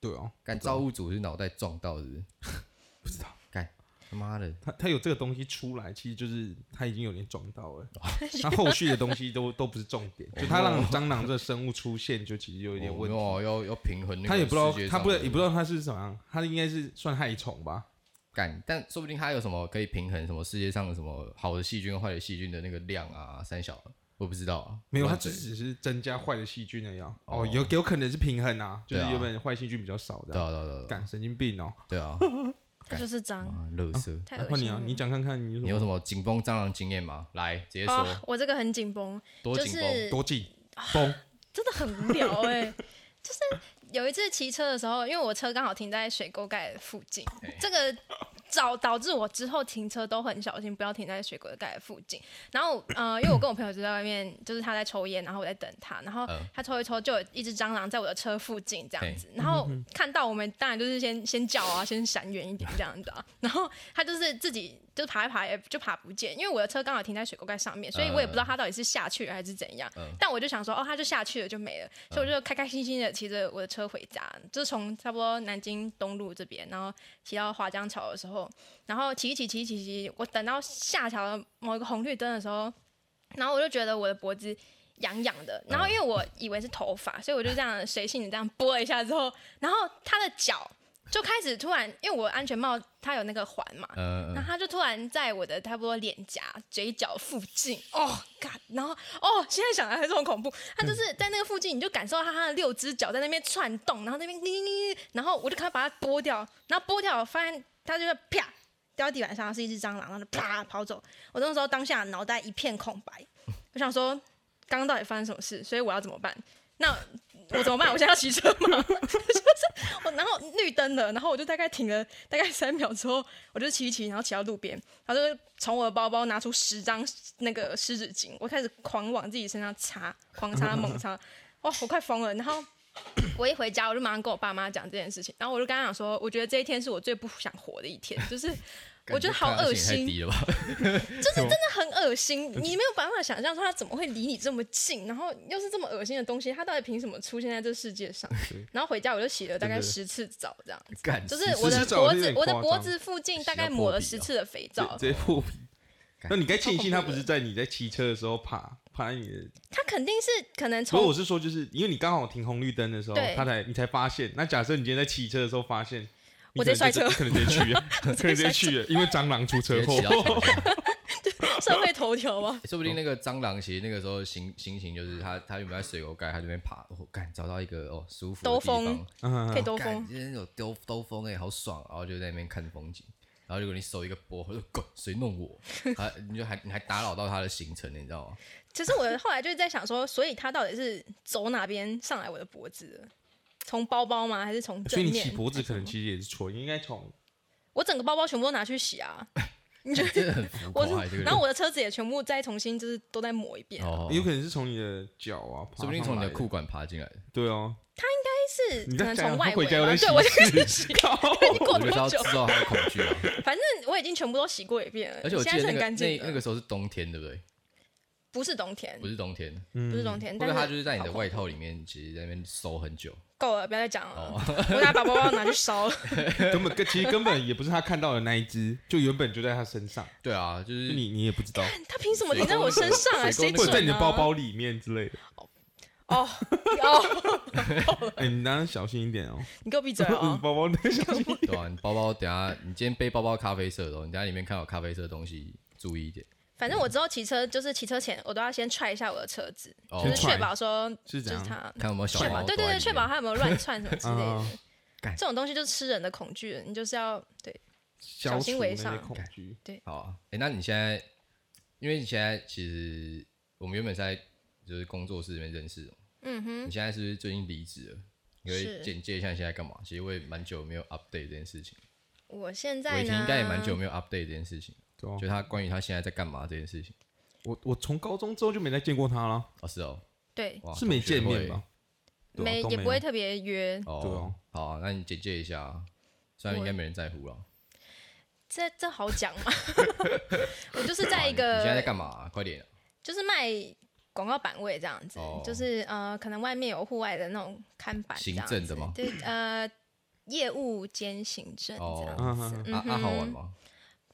[SPEAKER 3] 对哦，
[SPEAKER 2] 干造物主是脑袋撞到是不是？
[SPEAKER 3] 不知道
[SPEAKER 2] 干他妈的，
[SPEAKER 3] 他他有这个东西出来，其实就是他已经有点撞到了，
[SPEAKER 2] 哦
[SPEAKER 3] 他后续的东西都都不是重点，就他让蟑螂这个生物出现，就其实有一点问题。
[SPEAKER 2] 哦，要要平衡那个
[SPEAKER 3] 他也不知道
[SPEAKER 2] 世界，上
[SPEAKER 3] 他不
[SPEAKER 2] 的
[SPEAKER 3] 也不知道他是怎么样，他应该是算害虫吧？
[SPEAKER 2] 干，但说不定它有什么可以平衡什么世界上的什么好的细菌、坏的细菌的那个量啊，三小我不知道啊，
[SPEAKER 3] 没有，
[SPEAKER 2] 我
[SPEAKER 3] 它
[SPEAKER 2] 乱
[SPEAKER 3] 只
[SPEAKER 2] 嘴
[SPEAKER 3] 只是增加坏的细菌而已啊。
[SPEAKER 2] 哦
[SPEAKER 3] 哦，有有可能是平衡啊，就是
[SPEAKER 2] 对啊
[SPEAKER 3] 原本坏细菌比较少
[SPEAKER 2] 对
[SPEAKER 3] 的。
[SPEAKER 2] 啊对啊对啊对啊
[SPEAKER 3] 干神经病哦！
[SPEAKER 2] 对啊，
[SPEAKER 1] 它就是脏，
[SPEAKER 2] 啊，乐色。
[SPEAKER 1] 太
[SPEAKER 3] 那
[SPEAKER 1] 恶
[SPEAKER 3] 换
[SPEAKER 1] 心
[SPEAKER 3] 你
[SPEAKER 1] 了
[SPEAKER 3] 啊，。你讲看看，你有
[SPEAKER 2] 你
[SPEAKER 3] 什
[SPEAKER 2] 有
[SPEAKER 3] 么
[SPEAKER 2] 什么紧绷蟑螂经验吗？来，直接
[SPEAKER 1] 哦
[SPEAKER 2] 说，
[SPEAKER 1] 我这个很紧绷，
[SPEAKER 2] 多
[SPEAKER 1] 就
[SPEAKER 2] 紧绷。
[SPEAKER 1] 是
[SPEAKER 3] 多近
[SPEAKER 1] 啊
[SPEAKER 3] 崩？
[SPEAKER 1] 真的很无聊哎、 就是有一次骑车的时候，因为我车刚好停在水沟盖附近，
[SPEAKER 2] 哎
[SPEAKER 1] 这个导导致我之后停车都很小心，不要停在水沟盖附近。然后呃，因为我跟我朋友就在外面，就是他在抽烟，然后我在等他，然后
[SPEAKER 2] 嗯
[SPEAKER 1] 他抽一抽就有一只蟑螂在我的车附近这
[SPEAKER 2] 嘿
[SPEAKER 1] 样子，然后看到我们当然就是先先叫啊，先闪远一点这样子啊，然后他就是自己就是爬一爬也就爬不见，因为我的车刚好停在水沟盖上面，所以我也不知道他到底是下去了还是怎样。但我就想说，哦，他就下去了就没了，所以我就开开心心的骑着我的车回家，就是从差不多南京东路这边，然后骑到华江桥的时候，然后骑一骑骑一骑骑一骑，我等到下桥的某一个红绿灯的时候，然后我就觉得我的脖子。痒痒的，然后因为我以为是头发，所以我就这样随性的这样拨了一下之后，然后他的脚就开始突然，因为我安全帽它有那个环嘛，
[SPEAKER 2] 呃，
[SPEAKER 1] 然
[SPEAKER 2] 呃
[SPEAKER 1] 后他就突然在我的差不多脸颊、嘴角附近，哦，God，然后哦，现在想来还是很恐怖。他就是在那个附近，你就感受到他他的六只脚在那边窜动，然后那边叮叮叮，叮然后我就赶快把它拨掉，然后拨掉，我发现它就是啪掉到地板上，是一只蟑螂，然后就啪跑走。我那时候当下脑袋一片空白，我想说刚刚到底发生什么事，所以我要怎么办？那我怎么办？我现在要骑车吗？ 就是我，然后绿灯了，然后我就大概停了大概三秒之后，我就骑一骑，然后骑到路边，然后就从我的包包拿出十张那个湿纸巾，我开始狂往自己身上擦，狂擦猛擦，哇，我快疯了。然后我一回家，我就马上跟我爸妈讲这件事情，然后我就跟他讲说，我觉得这一天是我最不想活的一天，就是我觉得好恶
[SPEAKER 2] 感觉太
[SPEAKER 1] 心，
[SPEAKER 2] 低了吧？
[SPEAKER 1] 很恶心，你没有办法想象说他怎么会离你这么近，然后又是这么恶心的东西，他到底凭什么出现在这世界上
[SPEAKER 3] 对？
[SPEAKER 1] 然后回家我就洗了大概
[SPEAKER 3] 真的嗯
[SPEAKER 1] 十次澡，这样
[SPEAKER 2] 干，
[SPEAKER 1] 就是
[SPEAKER 2] 其实
[SPEAKER 1] 我
[SPEAKER 3] 十
[SPEAKER 1] 的
[SPEAKER 3] 次澡
[SPEAKER 1] 脖
[SPEAKER 3] 有
[SPEAKER 1] 子
[SPEAKER 3] 点，
[SPEAKER 1] 我的
[SPEAKER 3] 夸
[SPEAKER 1] 脖
[SPEAKER 3] 张
[SPEAKER 1] 子附近
[SPEAKER 2] 洗
[SPEAKER 1] 大
[SPEAKER 2] 到
[SPEAKER 1] 概
[SPEAKER 2] 破
[SPEAKER 1] 抹了
[SPEAKER 2] 皮
[SPEAKER 3] 啊
[SPEAKER 1] 十
[SPEAKER 2] 哦
[SPEAKER 1] 次的肥皂，
[SPEAKER 3] 直接破皮。
[SPEAKER 2] 干
[SPEAKER 3] 那你该庆幸它
[SPEAKER 1] 超恐怖
[SPEAKER 3] 不
[SPEAKER 1] 的
[SPEAKER 3] 是在你在骑车的时候爬爬在你的
[SPEAKER 1] 他肯定是可能
[SPEAKER 3] 所以我
[SPEAKER 1] 从
[SPEAKER 3] 是说，就是因为你刚好停红绿灯的时候
[SPEAKER 1] 对，
[SPEAKER 3] 他才你才发现。那假设你今天在骑车的时候发现，
[SPEAKER 1] 我
[SPEAKER 3] 你可能
[SPEAKER 1] 直接摔
[SPEAKER 3] 就
[SPEAKER 1] 车
[SPEAKER 3] 你可能直接去了，可能直接去了，因为蟑螂出车
[SPEAKER 2] 直接
[SPEAKER 3] 祸
[SPEAKER 2] 骑。到床 上
[SPEAKER 1] 社会头条 吗？
[SPEAKER 2] 说不定那个蟑螂其实那个时候心心情就是它它原本在水沟盖，它这边爬，我干找到一个哦舒服的
[SPEAKER 1] 兜
[SPEAKER 2] 地方
[SPEAKER 1] 风，
[SPEAKER 3] 嗯
[SPEAKER 1] 可以兜
[SPEAKER 2] 干
[SPEAKER 1] 风，
[SPEAKER 2] 今天有兜兜风哎，好爽，然后就在那边看风景。然后如果你手一个拨，我就滚，谁弄我？ 还你就还你还打扰到他的行程，你知道吗？
[SPEAKER 1] 其实我后来就是在想说，所以他到底是走哪边上来我的脖子的？从包包吗？还是从
[SPEAKER 3] 所
[SPEAKER 1] 正
[SPEAKER 3] 以你
[SPEAKER 1] 面？
[SPEAKER 3] 起脖子可能其实也是错，你应该从
[SPEAKER 1] 我整个包包全部都拿去洗 啊，你觉得？
[SPEAKER 2] 真的很浮
[SPEAKER 1] 我
[SPEAKER 2] 夸哎，这个人
[SPEAKER 1] 然后我的车子也全部再重新就是都再抹一遍。
[SPEAKER 2] 哦，
[SPEAKER 3] 有可能是从你的脚啊，爬
[SPEAKER 2] 说不定从你的
[SPEAKER 3] 上来
[SPEAKER 2] 裤管爬进来 的。
[SPEAKER 3] 对哦，
[SPEAKER 1] 但是
[SPEAKER 3] 你
[SPEAKER 1] 可
[SPEAKER 3] 在
[SPEAKER 1] 能
[SPEAKER 3] 讲
[SPEAKER 1] 从外
[SPEAKER 3] 他回
[SPEAKER 1] 围
[SPEAKER 3] 家
[SPEAKER 1] 吧，
[SPEAKER 3] 又在
[SPEAKER 1] 对我就
[SPEAKER 3] 洗
[SPEAKER 1] 开始洗，
[SPEAKER 3] 靠
[SPEAKER 1] 已经过
[SPEAKER 2] 我就是
[SPEAKER 1] 多
[SPEAKER 2] 要
[SPEAKER 1] 久？
[SPEAKER 2] 知道他的恐 惧啊！
[SPEAKER 1] 反正我已经全部都洗过一遍了，
[SPEAKER 2] 而且我记
[SPEAKER 1] 现在是
[SPEAKER 2] 得那
[SPEAKER 1] 很
[SPEAKER 2] 个
[SPEAKER 1] 干
[SPEAKER 2] 那
[SPEAKER 1] 净
[SPEAKER 2] 那
[SPEAKER 1] 的。
[SPEAKER 2] 个时候是冬天，对不对？
[SPEAKER 1] 不是冬天，
[SPEAKER 2] 不是冬天，
[SPEAKER 1] 不
[SPEAKER 3] 不
[SPEAKER 1] 是冬天，
[SPEAKER 2] 或
[SPEAKER 1] 但
[SPEAKER 2] 者
[SPEAKER 1] 是
[SPEAKER 2] 他就是在你的
[SPEAKER 1] 好
[SPEAKER 2] 外套里面，其实在那边收很久。
[SPEAKER 1] 够了，不要再讲了。
[SPEAKER 2] 哦
[SPEAKER 1] 我拿把包包拿去烧了，
[SPEAKER 3] 根本其实根本也不是他看到的那一只，就原本就在他身上，
[SPEAKER 2] 对啊，就
[SPEAKER 3] 就是你你也不知道，
[SPEAKER 1] 他凭什么停在我身上啊？
[SPEAKER 2] 水
[SPEAKER 1] 谁准
[SPEAKER 2] 沟
[SPEAKER 3] 或者
[SPEAKER 1] 啊
[SPEAKER 3] 在你的包？包里面之类的。
[SPEAKER 1] 哦哦，
[SPEAKER 3] 哎，你当然小心一点哦，
[SPEAKER 1] 你给我闭嘴
[SPEAKER 3] 你
[SPEAKER 1] 哦！
[SPEAKER 3] 包包那小心。
[SPEAKER 2] 对啊，你包包等下你今天背包包咖啡色的哦，你等下里面看到咖啡色的东西，注意一点。
[SPEAKER 1] 反正我之后骑车就是骑车前，我都要先踹一下我的车子，
[SPEAKER 2] 哦
[SPEAKER 1] 就是
[SPEAKER 3] 先踹
[SPEAKER 1] 确保说
[SPEAKER 3] 是
[SPEAKER 1] 就
[SPEAKER 3] 怎
[SPEAKER 1] 是
[SPEAKER 3] 样
[SPEAKER 1] 他
[SPEAKER 2] 看有没有小
[SPEAKER 1] 确
[SPEAKER 2] 猫啊
[SPEAKER 1] 保
[SPEAKER 2] 躲
[SPEAKER 1] 对
[SPEAKER 2] 在
[SPEAKER 1] 对
[SPEAKER 2] 里
[SPEAKER 1] 对，
[SPEAKER 2] 面
[SPEAKER 1] 确保他有没有乱窜什么之类的
[SPEAKER 3] 啊。
[SPEAKER 2] 干
[SPEAKER 1] 这种东西就是吃人的恐惧，你就是要对
[SPEAKER 3] 消
[SPEAKER 1] 心
[SPEAKER 3] 除
[SPEAKER 1] 为
[SPEAKER 3] 那些
[SPEAKER 1] 上
[SPEAKER 3] 恐惧。
[SPEAKER 2] 好啊，哎、那你现在，因为你现在其实我们原本是在就是工作室里面认识的嘛，
[SPEAKER 1] 嗯哼。
[SPEAKER 2] 你现在是不是最近离职了？你可以
[SPEAKER 1] 是
[SPEAKER 2] 简介一下你现在干嘛？其实我也蛮久没有 update 这件事情，
[SPEAKER 1] 我现
[SPEAKER 2] 我
[SPEAKER 1] 在
[SPEAKER 2] 以
[SPEAKER 1] 呢，
[SPEAKER 2] 前应该也蛮久没有 update 这件事情，
[SPEAKER 3] 对啊
[SPEAKER 2] 就他关于他现在在干嘛这件事情。
[SPEAKER 3] 我我从高中之后就没再见过他了，
[SPEAKER 2] 哦，是哦，
[SPEAKER 1] 对，
[SPEAKER 2] 哇
[SPEAKER 3] 是没见面？
[SPEAKER 2] 同学
[SPEAKER 3] 吧？对啊
[SPEAKER 1] 没
[SPEAKER 3] 都
[SPEAKER 1] 也不
[SPEAKER 3] 有
[SPEAKER 1] 会嗯特别 约。
[SPEAKER 2] 会哦，
[SPEAKER 3] 对哦
[SPEAKER 2] 好啊、那你简介一下、啊，虽然应该没人在乎了。
[SPEAKER 1] 这这好讲 嘛？我就是在一
[SPEAKER 2] 你现在在
[SPEAKER 1] 个
[SPEAKER 2] 干嘛啊、快点啊、
[SPEAKER 1] 就是卖广告版位这样子，
[SPEAKER 2] 哦
[SPEAKER 1] 就是呃，可能外面有户外的那种看板啊这
[SPEAKER 2] 行
[SPEAKER 1] 样子，
[SPEAKER 2] 政的吗
[SPEAKER 1] 对，呃，业务兼行政这样。
[SPEAKER 2] 哦
[SPEAKER 3] 嗯哼哼
[SPEAKER 1] 嗯
[SPEAKER 2] 啊啊，
[SPEAKER 1] 哼
[SPEAKER 2] 好玩吗？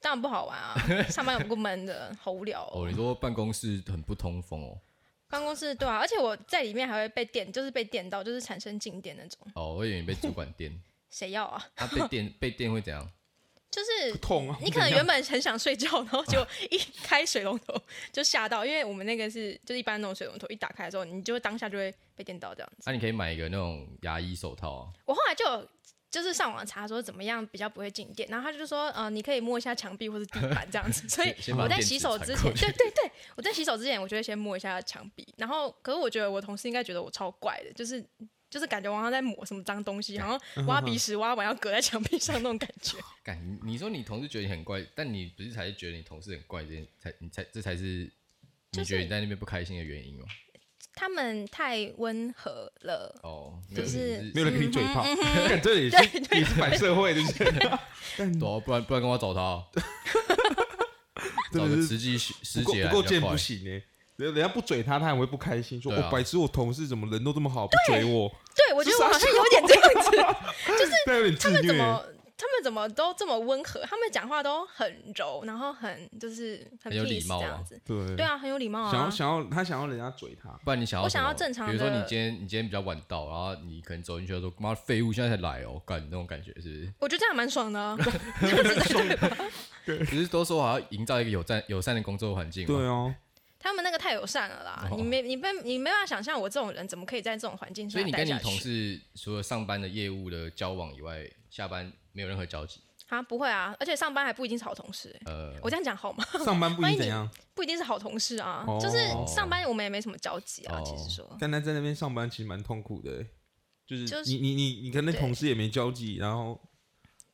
[SPEAKER 1] 当然不好玩啊， 上班有够闷的，好无聊、
[SPEAKER 2] 哦，你说办公室很不通风哦。
[SPEAKER 1] 办公室对啊，而且我在里面还会被电，就是被电到，就是产生静电那种。
[SPEAKER 2] 哦，我以为你被主管 电，
[SPEAKER 1] 谁要啊？
[SPEAKER 2] 他、被电被电会怎样？
[SPEAKER 1] 就是
[SPEAKER 3] 痛啊！
[SPEAKER 1] 你可能原本很想睡觉，然后就一开水龙头就吓到，因为我们那个是就是一般那种水龙头，一打开的时候，你就会当下就会被电到这样子。
[SPEAKER 2] 啊那、你可以买一个那种牙医手套啊，
[SPEAKER 1] 我后来就有就是上网查说怎么样比较不会静电，然后他就说，呃，你可以摸一下墙壁或是地板这样 子。所以
[SPEAKER 2] 先把
[SPEAKER 1] 我在
[SPEAKER 2] 电池
[SPEAKER 1] 洗手之
[SPEAKER 2] 传
[SPEAKER 1] 前，
[SPEAKER 2] 过去
[SPEAKER 1] 对对对，我在洗手之前，我就会先摸一下墙壁。然后，可是我觉得我同事应该觉得我超怪的，就是。就是感觉往上在抹什么脏东西，然后
[SPEAKER 3] 嗯
[SPEAKER 1] 挖鼻屎挖完要隔在墙壁上那种感 觉。
[SPEAKER 2] 干，你你说你同事觉得你很怪，但你不是才是觉得你同事很怪这件，才你才这才是
[SPEAKER 1] 就
[SPEAKER 2] 你觉得
[SPEAKER 1] 是
[SPEAKER 2] 你在那边不开心的原因吗？
[SPEAKER 1] 他们太温和了，
[SPEAKER 2] 哦，没
[SPEAKER 1] 就
[SPEAKER 2] 有
[SPEAKER 1] 是
[SPEAKER 2] 你
[SPEAKER 3] 没有人给你嘴炮， 干这也
[SPEAKER 1] 对
[SPEAKER 3] 是也是反社会的，是
[SPEAKER 2] 对啊不然不然跟我找他 啊，找
[SPEAKER 3] 真
[SPEAKER 2] 个
[SPEAKER 3] 的是
[SPEAKER 2] 慈济师师
[SPEAKER 3] 不够
[SPEAKER 2] 姐
[SPEAKER 3] 不
[SPEAKER 2] 来
[SPEAKER 3] 够
[SPEAKER 2] 啊比较
[SPEAKER 3] 贱
[SPEAKER 2] 快
[SPEAKER 3] 不行哎。人人家不嘴他，他还会不开心，说：“
[SPEAKER 2] 对啊
[SPEAKER 3] 哦，白痴，我同事怎么人都这么好，不嘴 我，
[SPEAKER 1] 对我觉得我好像有点这样 子，
[SPEAKER 3] 他有点自
[SPEAKER 1] 他们
[SPEAKER 3] 虐
[SPEAKER 1] 怎。么他们怎么都这么温和？他们讲话都很柔，然后很就是很
[SPEAKER 2] 很有礼
[SPEAKER 1] peace
[SPEAKER 2] 貌啊
[SPEAKER 1] 这样子”。
[SPEAKER 3] 对
[SPEAKER 1] 对啊，很有礼貌
[SPEAKER 3] 想要
[SPEAKER 1] 啊。
[SPEAKER 3] 想要他想要人家嘴他，
[SPEAKER 2] 不然你想要
[SPEAKER 1] 我想
[SPEAKER 2] 什么
[SPEAKER 1] 要正常
[SPEAKER 2] 比如说你
[SPEAKER 1] 的
[SPEAKER 2] 今天你今天比较晚到，然后你可能走进去说妈废物现在才来哦，干那种感觉是
[SPEAKER 1] 我觉得这样蛮爽的、 啊，
[SPEAKER 2] 不是？只是都说好像营造一个友善友善的工作环境嘛。
[SPEAKER 3] 对哦，
[SPEAKER 1] 他们那个太友善了啦！
[SPEAKER 2] 哦
[SPEAKER 1] 你没你没你没办法想象我这种人怎么可以在这种环境下
[SPEAKER 2] 所以你
[SPEAKER 1] 待
[SPEAKER 2] 跟你
[SPEAKER 1] 下
[SPEAKER 2] 同
[SPEAKER 1] 去
[SPEAKER 2] 事除了上班的业务的交往以外，下班没有任何交集。
[SPEAKER 1] 啊？不会啊，而且上班还不一定是好同事、欸
[SPEAKER 2] 呃，
[SPEAKER 1] 我这样讲好吗？
[SPEAKER 3] 上班不一定怎样，
[SPEAKER 1] 不一定是好同事啊，
[SPEAKER 3] 哦
[SPEAKER 1] 就是上班我们也没什么交集啊。
[SPEAKER 2] 哦
[SPEAKER 1] 其实说，
[SPEAKER 3] 但他在那边上班其实蛮痛苦的欸，就是
[SPEAKER 1] 就是
[SPEAKER 3] 你你你你跟那
[SPEAKER 1] 对
[SPEAKER 3] 同事也没交集，然后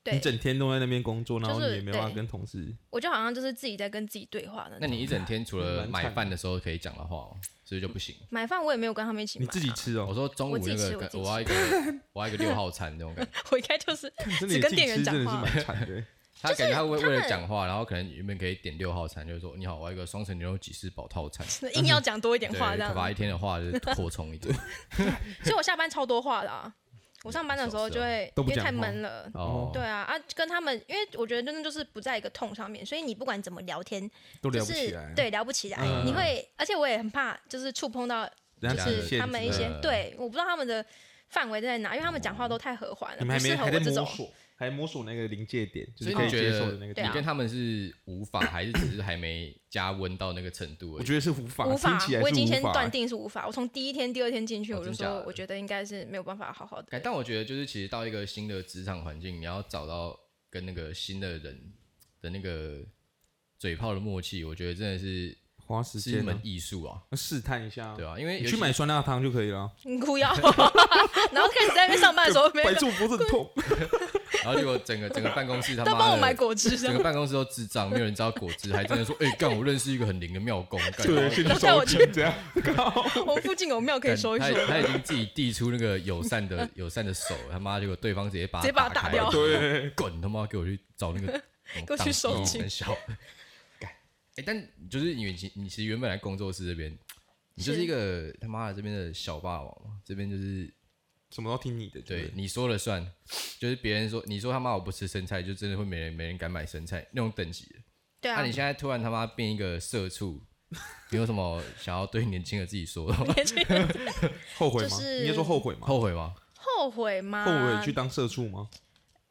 [SPEAKER 1] 对
[SPEAKER 3] 你整天都在那边工作，然后
[SPEAKER 1] 就是
[SPEAKER 3] 你也没办法
[SPEAKER 1] 对
[SPEAKER 3] 跟同事。
[SPEAKER 1] 我就好像就是自己在跟自己对话的
[SPEAKER 2] 那
[SPEAKER 1] 种。
[SPEAKER 2] 你一整天除了
[SPEAKER 3] 蛮
[SPEAKER 2] 买
[SPEAKER 3] 惨的
[SPEAKER 2] 饭的时候可以讲的话、哦，所以就不行。
[SPEAKER 1] 买饭我也没有跟他们一起买、
[SPEAKER 3] 你
[SPEAKER 1] 啊，
[SPEAKER 3] 自己吃哦
[SPEAKER 2] 我，说中午
[SPEAKER 1] 我自
[SPEAKER 2] 那
[SPEAKER 1] 己吃
[SPEAKER 2] 个
[SPEAKER 1] 我自己吃
[SPEAKER 2] 我要一个 我要一个六号餐那种感觉，
[SPEAKER 1] 我应该 就是
[SPEAKER 3] 真的
[SPEAKER 1] 只
[SPEAKER 3] 你
[SPEAKER 1] 跟
[SPEAKER 3] 自己
[SPEAKER 1] 店员
[SPEAKER 3] 吃真的是
[SPEAKER 1] 讲话
[SPEAKER 3] 蛮惨的欸。
[SPEAKER 2] 他
[SPEAKER 1] 就是
[SPEAKER 2] 感觉他为
[SPEAKER 1] 他们
[SPEAKER 2] 为了讲话，然后可能原本可以点六号餐，就是说你好，我要一个双层牛肉吉士堡套餐，
[SPEAKER 1] 硬要讲 多一点
[SPEAKER 2] 对，
[SPEAKER 1] 话这
[SPEAKER 2] 可把
[SPEAKER 1] 样
[SPEAKER 2] 一。天的话就是扩充一点。
[SPEAKER 1] 所以我下班超多话的啊，我上班的时候就会
[SPEAKER 3] 都
[SPEAKER 1] 因
[SPEAKER 3] 不
[SPEAKER 1] 为
[SPEAKER 3] 讲话
[SPEAKER 1] 太闷了。
[SPEAKER 2] 哦，
[SPEAKER 1] 对啊，啊，跟他们，因为我觉得真的就是不在一个痛上面，所以你不管怎么聊天，
[SPEAKER 3] 都
[SPEAKER 1] 就
[SPEAKER 3] 聊不
[SPEAKER 1] 是
[SPEAKER 3] 起来，
[SPEAKER 1] 对聊不起来，
[SPEAKER 3] 嗯
[SPEAKER 1] 你会，而且我也很怕，就是触碰到
[SPEAKER 3] 人家
[SPEAKER 1] 就
[SPEAKER 3] 底
[SPEAKER 1] 是
[SPEAKER 3] 线
[SPEAKER 1] 他们
[SPEAKER 3] 之
[SPEAKER 1] 一
[SPEAKER 3] 类的
[SPEAKER 1] 些
[SPEAKER 2] 的，
[SPEAKER 1] 对，我不知道他们的范围在哪，因为他们讲话都太和缓了，
[SPEAKER 3] 你
[SPEAKER 1] 不
[SPEAKER 3] 们还
[SPEAKER 1] 适
[SPEAKER 3] 没
[SPEAKER 1] 合
[SPEAKER 3] 还
[SPEAKER 1] 我
[SPEAKER 3] 在
[SPEAKER 1] 这
[SPEAKER 3] 摸
[SPEAKER 1] 种。
[SPEAKER 3] 索，还摸索那个临界点，
[SPEAKER 2] 所
[SPEAKER 3] 就是
[SPEAKER 2] 以
[SPEAKER 3] 可以
[SPEAKER 2] 你觉
[SPEAKER 3] 接受
[SPEAKER 2] 得
[SPEAKER 3] 的那个
[SPEAKER 1] 对
[SPEAKER 3] 点
[SPEAKER 1] 啊。
[SPEAKER 2] 你跟他们是无法，还是只是还没加温到那个程度而
[SPEAKER 3] 我
[SPEAKER 2] 已？
[SPEAKER 3] 觉得是无法，
[SPEAKER 1] 无法
[SPEAKER 3] 听起来，是
[SPEAKER 1] 我已经
[SPEAKER 3] 无
[SPEAKER 1] 先
[SPEAKER 3] 法
[SPEAKER 1] 断定是无法。我从第一天、第二天进去，
[SPEAKER 2] 哦
[SPEAKER 1] 我就
[SPEAKER 2] 真假
[SPEAKER 1] 说
[SPEAKER 2] 的，
[SPEAKER 1] 我觉得应该是没有办法好好的
[SPEAKER 2] 哎但我觉得就是其实到一个新的职场环境，你要找到跟那个新的人的那个嘴炮的默契，我觉得真的是
[SPEAKER 3] 花时
[SPEAKER 2] 是一
[SPEAKER 3] 间
[SPEAKER 2] 门
[SPEAKER 3] 啊
[SPEAKER 2] 艺术啊，
[SPEAKER 3] 试探一下，
[SPEAKER 2] 对啊，因为
[SPEAKER 3] 你
[SPEAKER 2] 尤
[SPEAKER 3] 去
[SPEAKER 2] 其
[SPEAKER 3] 买酸辣汤就可以了。
[SPEAKER 1] 你哭腰， 然后开始在那边上班的时候，没
[SPEAKER 3] 白
[SPEAKER 1] 有
[SPEAKER 3] 住脖子很痛，
[SPEAKER 2] 然后结果整个整个办公室他
[SPEAKER 1] 都帮
[SPEAKER 2] 妈
[SPEAKER 1] 我买
[SPEAKER 2] 的，
[SPEAKER 1] 果汁啊这
[SPEAKER 2] 整
[SPEAKER 1] 样
[SPEAKER 2] 个办公室都智障，没有人知道果汁，还真的说，哎，干我认识一个很灵的妙公，干
[SPEAKER 3] 对，先去烧鸡这样。
[SPEAKER 1] 我们附近有庙可以收一收
[SPEAKER 2] 他，他已经自己递出那个友善的友善的手，他妈结果对方直接把
[SPEAKER 1] 直接把他打
[SPEAKER 2] 打开
[SPEAKER 1] 掉
[SPEAKER 3] 对，
[SPEAKER 2] 滚他妈给我去找那 个，
[SPEAKER 1] 给我去收
[SPEAKER 2] 当地
[SPEAKER 1] 金
[SPEAKER 2] 很小，干哎，但就是你其你其实原本来工作室这边，你就是
[SPEAKER 1] 是
[SPEAKER 2] 一个他妈的这边的小霸王嘛，这边就是
[SPEAKER 3] 什么都听你的，
[SPEAKER 2] 对
[SPEAKER 3] 对，
[SPEAKER 2] 你说了算，就是别人说你说他妈我不吃生菜，就真的会没人没人敢买生菜那种等级的。
[SPEAKER 1] 对
[SPEAKER 2] 那、
[SPEAKER 1] 啊
[SPEAKER 2] 你，现在突然他妈变一个社畜，你有什么想要对年轻的自己说的吗？
[SPEAKER 3] 后悔吗？
[SPEAKER 1] 就是
[SPEAKER 3] 你就说后悔吗？
[SPEAKER 2] 后悔吗？
[SPEAKER 1] 后悔吗？
[SPEAKER 3] 后悔去当社畜吗？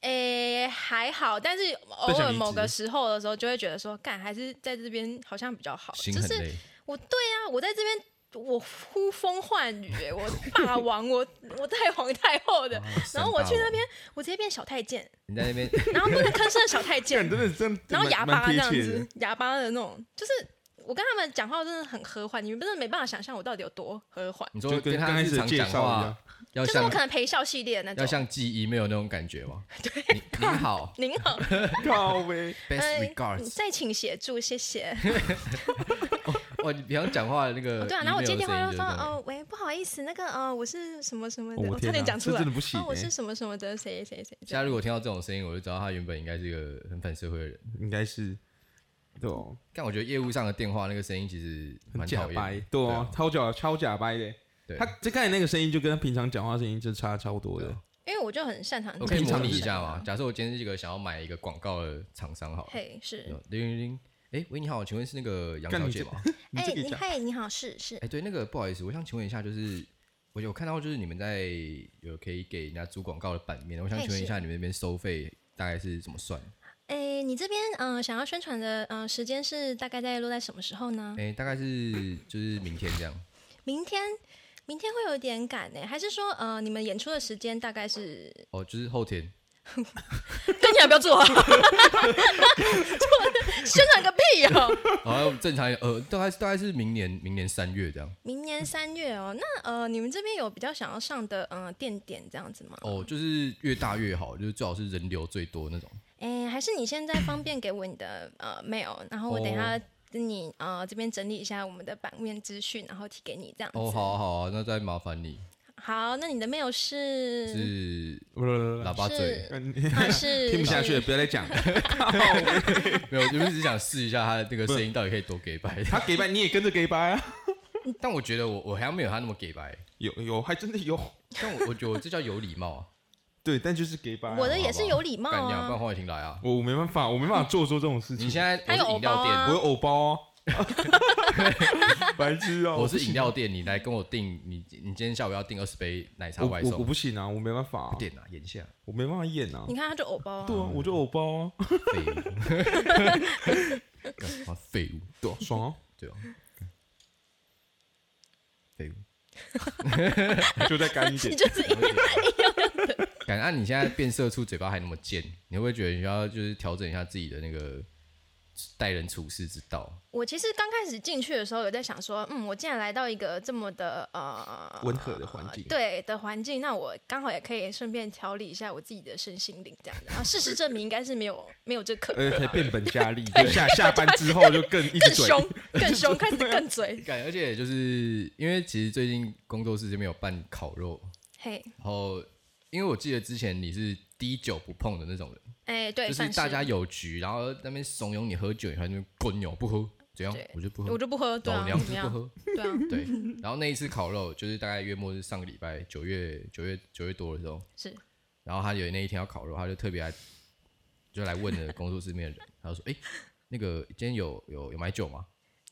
[SPEAKER 1] 诶、还好，但是偶
[SPEAKER 3] 更想
[SPEAKER 1] 尔
[SPEAKER 3] 离职
[SPEAKER 1] 某个时候的时候，就会觉得说，干还是在这边好像比较好。
[SPEAKER 2] 心
[SPEAKER 1] 就
[SPEAKER 2] 很
[SPEAKER 1] 是
[SPEAKER 2] 累，
[SPEAKER 1] 我，对啊，我在这边我呼风唤雨、欸，我霸王，我我太皇太后
[SPEAKER 3] 哦
[SPEAKER 2] 啊
[SPEAKER 1] 的，然后我去那边，我直接变小太监，
[SPEAKER 2] 你在那边
[SPEAKER 1] 然后变成吭声的小太
[SPEAKER 3] 干
[SPEAKER 1] 监，
[SPEAKER 3] 真的是这样，
[SPEAKER 1] 然后
[SPEAKER 3] 蛮
[SPEAKER 1] 哑巴这样，
[SPEAKER 3] 蛮贴切
[SPEAKER 1] 子
[SPEAKER 3] 的，
[SPEAKER 1] 哑巴的那种，就是我跟他们讲话真的很和缓，你们真的没办法想象我到底有多和缓。
[SPEAKER 2] 你
[SPEAKER 3] 就
[SPEAKER 2] 说
[SPEAKER 3] 跟刚
[SPEAKER 2] 他
[SPEAKER 3] 开
[SPEAKER 2] 日
[SPEAKER 3] 始的
[SPEAKER 2] 常
[SPEAKER 3] 介
[SPEAKER 2] 讲
[SPEAKER 3] 绍一样
[SPEAKER 2] 话，要
[SPEAKER 1] 就是我
[SPEAKER 2] 像
[SPEAKER 1] 可能陪笑系列的那
[SPEAKER 2] 要
[SPEAKER 1] 种，
[SPEAKER 2] 像记 email 那种感觉 吗？对，您好
[SPEAKER 1] 您好，
[SPEAKER 3] 靠呗，
[SPEAKER 2] ，best
[SPEAKER 1] 呃
[SPEAKER 2] regards。
[SPEAKER 1] 再请协助，谢谢。
[SPEAKER 2] 哇，哦你平常讲话的那个 email 的声音就是这样，
[SPEAKER 1] 对啊，然后我接电话就说，哦，喂，不好意思，那个，呃，我是什么什么的，
[SPEAKER 2] 啊
[SPEAKER 1] 我
[SPEAKER 3] 我
[SPEAKER 1] 差
[SPEAKER 3] 天
[SPEAKER 1] 点
[SPEAKER 3] 哪，
[SPEAKER 1] 讲出
[SPEAKER 3] 这
[SPEAKER 1] 来
[SPEAKER 3] 真的，不行
[SPEAKER 1] 哦，我
[SPEAKER 3] 欸
[SPEAKER 1] 是什么什么的，谁谁谁
[SPEAKER 2] 现在如果听到这种声音，我就知道他原本应该是一个很反社会的人。
[SPEAKER 3] 应 该是对哦，
[SPEAKER 2] 但我觉得业务上的电话那个声音其实
[SPEAKER 3] 很
[SPEAKER 2] 蛮
[SPEAKER 3] 假
[SPEAKER 2] 讨
[SPEAKER 3] 掰
[SPEAKER 2] 厌，，
[SPEAKER 3] 对
[SPEAKER 2] 对
[SPEAKER 3] 哦
[SPEAKER 2] 啊，
[SPEAKER 3] 超假超假掰的。
[SPEAKER 2] 对
[SPEAKER 3] 他这刚才那个声音就跟他平常讲话声音就差超多
[SPEAKER 2] 对
[SPEAKER 3] 的
[SPEAKER 2] 啊，
[SPEAKER 1] 因为我就很擅长
[SPEAKER 2] 我可以
[SPEAKER 1] 讲
[SPEAKER 2] 模
[SPEAKER 1] 话
[SPEAKER 2] 拟一
[SPEAKER 3] 平常
[SPEAKER 2] 下吗？假设我今天是一个想要买一个广告的厂商好了，
[SPEAKER 1] 嘿，是，
[SPEAKER 2] 铃铃铃，哎，喂，你好，请问是那个杨
[SPEAKER 3] 干
[SPEAKER 2] 小
[SPEAKER 3] 你
[SPEAKER 2] 姐
[SPEAKER 3] 这
[SPEAKER 2] 吗？
[SPEAKER 3] 你
[SPEAKER 1] 哎，
[SPEAKER 3] 这个
[SPEAKER 1] 你
[SPEAKER 3] 讲
[SPEAKER 1] 嗨，你好，是是
[SPEAKER 2] 哎、，对，那个不好意思，我想请问一下，就是我有看到就是你们在有可以给人家租广告的版面，我想
[SPEAKER 1] 哎
[SPEAKER 2] 请问一
[SPEAKER 1] 是
[SPEAKER 2] 下你们那边收费大概是怎么算？
[SPEAKER 1] 哎，你这边，嗯，想要宣传的，嗯，时间是大概在落在什么时候呢？
[SPEAKER 2] 哎、大概是就是明天这样，
[SPEAKER 1] 明天，明天会有点赶呢，还是说，呃，你们演出的时间大概是？
[SPEAKER 2] 哦，就是后天，
[SPEAKER 1] 跟你还不要做 啊，做宣传个屁哦！
[SPEAKER 2] 然后正常一点呃，大概大概是明年明年三月这样。
[SPEAKER 1] 明年三月哦，那呃，你们这边有比较想要上的呃店点这样子吗？
[SPEAKER 2] 哦，就是越大越好，就是最好是人流最多那种。
[SPEAKER 1] 哎，还是你现在方便给我你的呃 mail，然后我等一
[SPEAKER 3] 哦
[SPEAKER 1] 下跟你呃这边整理一下我们的版面资讯，然后提给你这样子。
[SPEAKER 2] 哦，好啊好啊，那再麻烦你，
[SPEAKER 1] 好，那你的 mail 是
[SPEAKER 2] 是
[SPEAKER 3] 不不不
[SPEAKER 2] 喇叭嘴，
[SPEAKER 1] 是啊是
[SPEAKER 3] 听不下去了，
[SPEAKER 1] 是
[SPEAKER 3] 不要再讲。
[SPEAKER 2] 没有，我就是只想试一下他的那个声音到底可以多给白。
[SPEAKER 3] 他给白，你也跟着给白啊？
[SPEAKER 2] 但我觉得我我好像没有他那么给白，
[SPEAKER 3] 有有，还真的有。
[SPEAKER 2] 但我我觉得我这叫有礼貌啊。
[SPEAKER 3] 对，但就是给白啊。
[SPEAKER 1] 我的也是 有礼貌
[SPEAKER 2] 干娘，不然
[SPEAKER 1] 啊，
[SPEAKER 2] 黄伟霆来啊！
[SPEAKER 3] 我我没办法，我没办法做出这种事情。
[SPEAKER 2] 你现在
[SPEAKER 1] 他有
[SPEAKER 2] 我是饮料
[SPEAKER 1] 藕包啊
[SPEAKER 2] 店，
[SPEAKER 3] 我有偶包哦， 白痴
[SPEAKER 1] 啊
[SPEAKER 3] 哦！
[SPEAKER 2] 我是饮料店，你来跟我订，你你今天下午要订二十杯奶茶
[SPEAKER 3] 我
[SPEAKER 2] 外
[SPEAKER 3] 我我
[SPEAKER 2] 送，
[SPEAKER 3] 不行啊，我没办法啊，
[SPEAKER 2] 点啊，眼下
[SPEAKER 3] 我没办法演啊
[SPEAKER 1] 你。看他就偶包啊
[SPEAKER 3] 对。啊，我就偶包 啊，
[SPEAKER 2] 废物，干嘛废物？
[SPEAKER 3] 对啊，爽啊，
[SPEAKER 2] 对啊，废物。
[SPEAKER 3] 就再干一
[SPEAKER 1] 你
[SPEAKER 3] 点。
[SPEAKER 1] 就是
[SPEAKER 2] 感觉啊你现在变色出嘴巴还那么贱，你会不会觉得你要就是调整一下自己的那个待人处事之道？
[SPEAKER 1] 我其实刚开始进去的时候，有在想说，嗯，我既然来到一个这么的呃
[SPEAKER 3] 温和的环境
[SPEAKER 1] 对的环境，那我刚好也可以顺便调理一下我自己的身心灵这样子。然后事实证明，应该是没有没有这可能
[SPEAKER 3] 而且才哎变本加厉，就下下班之后就呃 更一
[SPEAKER 1] 更
[SPEAKER 3] 直嘴。啊
[SPEAKER 1] 凶，更凶，开始更嘴。
[SPEAKER 2] 感而且就是因为其实最近工作室这边有办烤肉，
[SPEAKER 1] 嘿，
[SPEAKER 2] 然后因为我记得之前你是滴酒不碰的那种人。
[SPEAKER 1] 哎，对，
[SPEAKER 2] 就是
[SPEAKER 1] 算
[SPEAKER 2] 大家有局，然后那边怂恿你喝酒，然后那边滚牛不喝，怎样
[SPEAKER 1] 对？
[SPEAKER 2] 我就不
[SPEAKER 1] 我
[SPEAKER 2] 喝，
[SPEAKER 1] 就不喝，对
[SPEAKER 2] 老
[SPEAKER 1] 啊，
[SPEAKER 2] 娘
[SPEAKER 1] 怎
[SPEAKER 2] 就
[SPEAKER 1] 么样？
[SPEAKER 2] 不喝。
[SPEAKER 1] 对啊，
[SPEAKER 2] 对，然后那一次烤肉就是大概月末是上个礼拜九月九月九月多的时候，
[SPEAKER 1] 是
[SPEAKER 2] 然后他有那一天要烤肉，他就特别来就来问了工作室里面的人，他就说：“哎、那个今天有有有买酒吗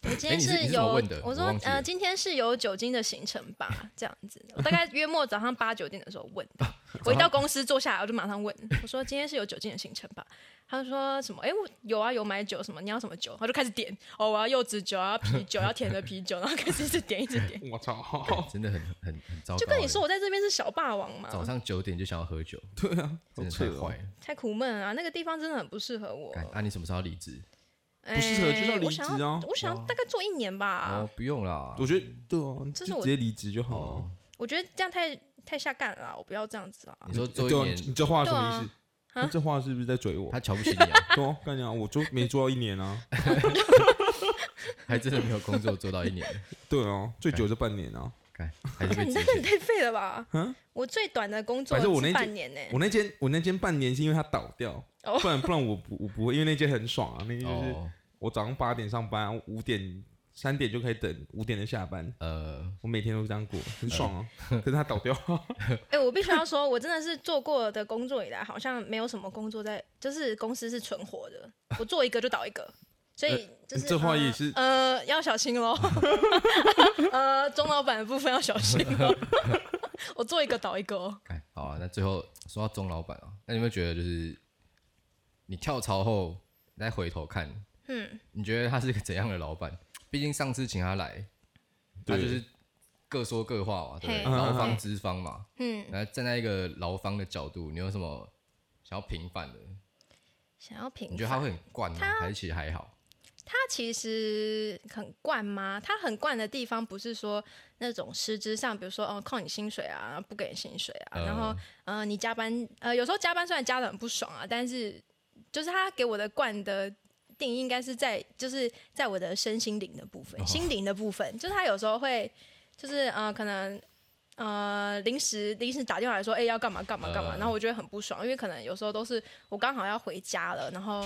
[SPEAKER 1] 我今
[SPEAKER 2] 哎
[SPEAKER 1] 天
[SPEAKER 2] 你是你是怎
[SPEAKER 1] 有
[SPEAKER 2] 么问的，
[SPEAKER 1] 我
[SPEAKER 2] 我
[SPEAKER 1] 说
[SPEAKER 2] 忘记了
[SPEAKER 1] 呃，今天是有酒精的行程吧，这样子。我大概约莫早上八九点的时候问 的，我一到公司坐下来我就马上问，我说今天是有酒精的行程吧？他就说什么？哎，我有啊，有买酒什么？你要什么酒？他就开始点，哦，我要柚子酒，我要啤酒，要甜的啤酒，然后开始一直点，一直 点。
[SPEAKER 3] 我操！？”
[SPEAKER 2] 真的很很很糟糕欸。
[SPEAKER 1] 就跟你说，我在这边是小霸王嘛，
[SPEAKER 2] 早上九点就想要喝酒，
[SPEAKER 3] 对啊，
[SPEAKER 2] 真
[SPEAKER 3] 好
[SPEAKER 2] 的
[SPEAKER 3] 扯
[SPEAKER 2] 太
[SPEAKER 3] 哦
[SPEAKER 2] 坏！了。
[SPEAKER 1] 太苦闷啊，那个地方真的很不适合我。
[SPEAKER 2] 干啊，你什么时候要离职？哦
[SPEAKER 1] 不
[SPEAKER 3] 适合就是要离
[SPEAKER 1] 我想
[SPEAKER 3] 职
[SPEAKER 1] 要
[SPEAKER 3] 啊
[SPEAKER 1] 我想要大概做一年吧
[SPEAKER 2] 哦，，不用啦，
[SPEAKER 3] 我觉得对啊，
[SPEAKER 1] 这
[SPEAKER 3] 就是直
[SPEAKER 1] 我
[SPEAKER 3] 接离职就好了
[SPEAKER 2] 哦。，
[SPEAKER 1] 我觉得这样太太下干了啦，我不要这样子啊。
[SPEAKER 2] 你说做
[SPEAKER 3] 对
[SPEAKER 2] 一
[SPEAKER 3] 啊，你
[SPEAKER 2] 年，
[SPEAKER 3] 这话什么意思
[SPEAKER 1] 对？
[SPEAKER 3] 那这话是不是在嘴我
[SPEAKER 2] 他？瞧不起你啊，
[SPEAKER 3] 对啊，跟你讲，我做没做到一年 啊。
[SPEAKER 2] 还真的没有工作做到一年，
[SPEAKER 3] 对啊，最久就半年啊。
[SPEAKER 2] 看还是
[SPEAKER 1] 看
[SPEAKER 2] 被
[SPEAKER 1] 你
[SPEAKER 2] 辞
[SPEAKER 1] 真的
[SPEAKER 2] 退。
[SPEAKER 1] 太废了吧
[SPEAKER 3] 嗯！
[SPEAKER 1] 我最短的工作
[SPEAKER 3] 反正我那
[SPEAKER 1] 是
[SPEAKER 3] 天
[SPEAKER 1] 半年呢、
[SPEAKER 3] 我那间我那间半年是因为它倒掉，
[SPEAKER 1] 哦
[SPEAKER 3] 不然不然我不我不会，因为那间很爽啊，那间就是
[SPEAKER 2] 哦，
[SPEAKER 3] 我早上八点上班，五点三点就可以等，五点就下班，
[SPEAKER 2] 呃，
[SPEAKER 3] 我每天都这样过，很爽啊。可是它倒 掉，
[SPEAKER 1] 哎、我必须要说，我真的是做过的工作以来，好像没有什么工作在，就是公司是存活的，我做一个就倒一个，所以就是、
[SPEAKER 3] 呃这话也是
[SPEAKER 1] 呃呃要小心 喽，呃，中老板的部分要小心喽， 我做一个倒一个哦。
[SPEAKER 2] 哎，好啊。那最后说到钟老板啊，那你有没有觉得就是你跳槽后你再回头看，
[SPEAKER 1] 嗯，
[SPEAKER 2] 你觉得他是个怎样的老板？毕竟上次请他来，他
[SPEAKER 3] 对
[SPEAKER 2] 就是各说各话嘛，对不对？
[SPEAKER 1] 嘿
[SPEAKER 2] 劳
[SPEAKER 1] 嗯
[SPEAKER 2] 方
[SPEAKER 1] 嗯
[SPEAKER 2] 资方嘛，
[SPEAKER 1] 嗯，
[SPEAKER 2] 然后站在一个劳方的角度，你有什么想要平反的？
[SPEAKER 1] 想要平
[SPEAKER 2] 你
[SPEAKER 1] 反
[SPEAKER 2] 觉得他会很惯吗？还是其实还好？
[SPEAKER 1] 他其实很惯吗？他很惯的地方不是说那种实质上，比如说哦扣你薪水啊，不给你薪水啊，
[SPEAKER 2] 嗯
[SPEAKER 1] 然后呃你加班呃有时候加班虽然加的很不爽啊，但是就是他给我的惯的定义应该是在就是在我的身心灵的部分，
[SPEAKER 2] 哦
[SPEAKER 1] 心灵的部分，就是他有时候会就是呃可能。呃，临时临时打电话来说，哎、要干嘛干嘛干嘛，
[SPEAKER 2] 嗯
[SPEAKER 1] 然后我就会很不爽，因为可能有时候都是我刚好要回家了，然后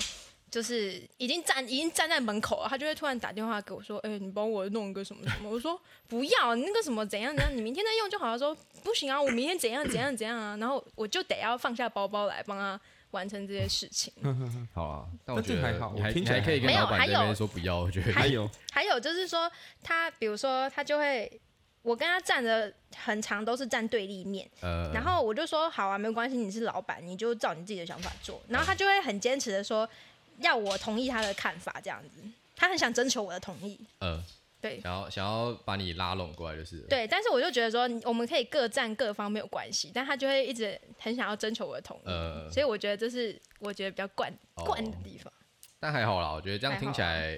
[SPEAKER 1] 就是已经站已经站在门口了，他就会突然打电话给我说：“哎、你帮我弄一个什么什么？”我说：“不要，那个什么怎样怎样，你明天再用就好了。”他说：“不行啊，我明天怎样怎样怎样啊。”然后我就得要放下包包来帮他完成这些事情。
[SPEAKER 2] 好啊，但
[SPEAKER 3] 但
[SPEAKER 2] 我
[SPEAKER 3] 这
[SPEAKER 2] 觉得
[SPEAKER 3] 还好
[SPEAKER 2] 你
[SPEAKER 3] 我
[SPEAKER 2] 还
[SPEAKER 3] 听
[SPEAKER 2] 你
[SPEAKER 3] 起来
[SPEAKER 2] 还可以跟
[SPEAKER 1] 还好
[SPEAKER 2] 老板
[SPEAKER 1] 没
[SPEAKER 2] 在
[SPEAKER 1] 有
[SPEAKER 2] 那
[SPEAKER 1] 还有
[SPEAKER 2] 边说不要，我觉得
[SPEAKER 3] 还有
[SPEAKER 1] 还有就是说，他比如说他就会，我跟他站的很长都是站对立面，
[SPEAKER 2] 呃，
[SPEAKER 1] 然后我就说好啊，没关系，你是老板，你就照你自己的想法做。然后他就会很坚持的说，要我同意他的看法这样子，他很想征求我的同意。
[SPEAKER 2] 呃，
[SPEAKER 1] 对
[SPEAKER 2] 想要想要把你拉拢过来就是了，
[SPEAKER 1] 对，但是我就觉得说，我们可以各占各方没有关系，但他就会一直很想要征求我的同意，
[SPEAKER 2] 呃
[SPEAKER 1] 所以我觉得这是我觉得比较惯
[SPEAKER 2] 哦
[SPEAKER 1] 惯的地方。
[SPEAKER 2] 但还好啦，我觉得这样
[SPEAKER 1] 还
[SPEAKER 2] 听起
[SPEAKER 1] 好啊
[SPEAKER 2] 来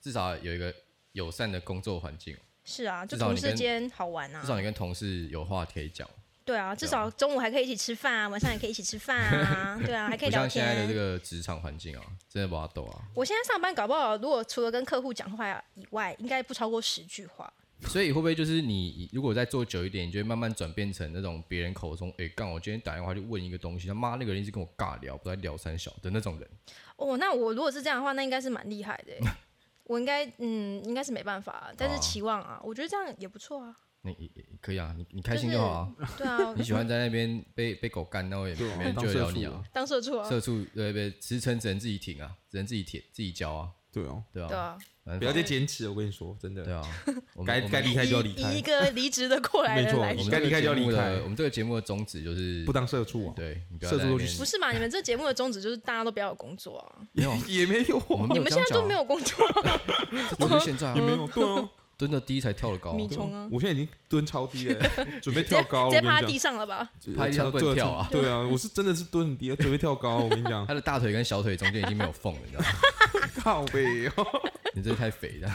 [SPEAKER 2] 至少有一个友善的工作环境，
[SPEAKER 1] 是啊，就
[SPEAKER 2] 至少
[SPEAKER 1] 同
[SPEAKER 2] 你
[SPEAKER 1] 事
[SPEAKER 2] 跟
[SPEAKER 1] 间好玩
[SPEAKER 2] 至少
[SPEAKER 1] 啊，
[SPEAKER 2] 你跟同事有话可以讲，
[SPEAKER 1] 对啊，至少中午还可以一起吃饭啊，晚上也可以一起吃饭 啊，对啊，还可以
[SPEAKER 2] 不
[SPEAKER 1] 聊
[SPEAKER 2] 像现在
[SPEAKER 1] 天。
[SPEAKER 2] 的这个职场环境啊，真的不好懂啊。
[SPEAKER 1] 我现在上班搞不好，如果除了跟客户讲话以外，应该不超过十句话。
[SPEAKER 2] 所以会不会就是你如果再做久一点，你就会慢慢转变成那种别人口中哎干、我今天打电话去问一个东西，他妈那个人一直跟我尬聊，不知道在聊三小的那种人。
[SPEAKER 1] 哦，那我如果是这样的话，那应该是蛮厉害 的欸。我应该嗯，应该是没办法啊，但是
[SPEAKER 2] 哦
[SPEAKER 1] 期望啊，我觉得这样也不错啊。
[SPEAKER 2] 那也也可以啊，你你开心就好啊。
[SPEAKER 1] 对啊，
[SPEAKER 2] 你喜欢在那边被被狗干，那我也
[SPEAKER 3] 对啊
[SPEAKER 2] 没人
[SPEAKER 3] 当
[SPEAKER 2] 救得
[SPEAKER 3] 社
[SPEAKER 2] 了你
[SPEAKER 3] 畜
[SPEAKER 2] 啊
[SPEAKER 3] 啊。
[SPEAKER 1] 当社畜啊，
[SPEAKER 2] 社畜对对，辞呈只能自己挺啊，只能自己舔自己教啊，
[SPEAKER 3] 对哦，
[SPEAKER 2] 对
[SPEAKER 1] 对
[SPEAKER 2] 啊，
[SPEAKER 1] 啊。
[SPEAKER 2] 反
[SPEAKER 3] 不
[SPEAKER 2] 正
[SPEAKER 3] 要再坚持，我跟你说，真
[SPEAKER 2] 对
[SPEAKER 3] 的，
[SPEAKER 2] 啊，我们
[SPEAKER 3] 该
[SPEAKER 2] 我们
[SPEAKER 3] 该离开就要离
[SPEAKER 1] 以以一
[SPEAKER 3] 开，
[SPEAKER 1] 个离职的过来
[SPEAKER 3] 没
[SPEAKER 1] 人
[SPEAKER 3] 错
[SPEAKER 1] 来
[SPEAKER 2] 我
[SPEAKER 1] 说
[SPEAKER 2] 们，
[SPEAKER 3] 该离开就要离
[SPEAKER 2] 这个节目的
[SPEAKER 3] 开
[SPEAKER 2] 我们这个节目的宗旨就是
[SPEAKER 3] 不当社畜啊，
[SPEAKER 2] 对，你不要
[SPEAKER 3] 社
[SPEAKER 2] 在
[SPEAKER 3] 畜
[SPEAKER 2] 那
[SPEAKER 3] 都去
[SPEAKER 2] 边
[SPEAKER 1] 不是嘛？你们这节目的宗旨就是大家都不要有工作啊！
[SPEAKER 2] 没有，
[SPEAKER 3] 也没有
[SPEAKER 2] 我
[SPEAKER 3] 啊，
[SPEAKER 2] 们
[SPEAKER 1] 你
[SPEAKER 2] 没有
[SPEAKER 1] 们
[SPEAKER 2] 这
[SPEAKER 1] 现
[SPEAKER 2] 样
[SPEAKER 1] 在
[SPEAKER 2] 讲
[SPEAKER 1] 都
[SPEAKER 2] 啊
[SPEAKER 1] 没有工作，
[SPEAKER 2] 我就现在
[SPEAKER 3] 也没
[SPEAKER 2] 啊
[SPEAKER 3] 有，对啊，
[SPEAKER 2] 蹲的低才跳得高啊，
[SPEAKER 1] 米虫啊，
[SPEAKER 3] 我现在已经蹲超低了，准备
[SPEAKER 1] 直接
[SPEAKER 3] 跳高了，
[SPEAKER 1] 直接
[SPEAKER 3] 我跟你
[SPEAKER 1] 趴
[SPEAKER 3] 讲
[SPEAKER 1] 在地上了吧？
[SPEAKER 2] 趴地上不能跳啊
[SPEAKER 3] 对啊，我是真的是蹲很低，准备跳高，我跟你讲，
[SPEAKER 2] 他的大腿跟小腿中间已经没有缝了，你知道吗？
[SPEAKER 3] 靠背哦，
[SPEAKER 2] 你这太肥 了，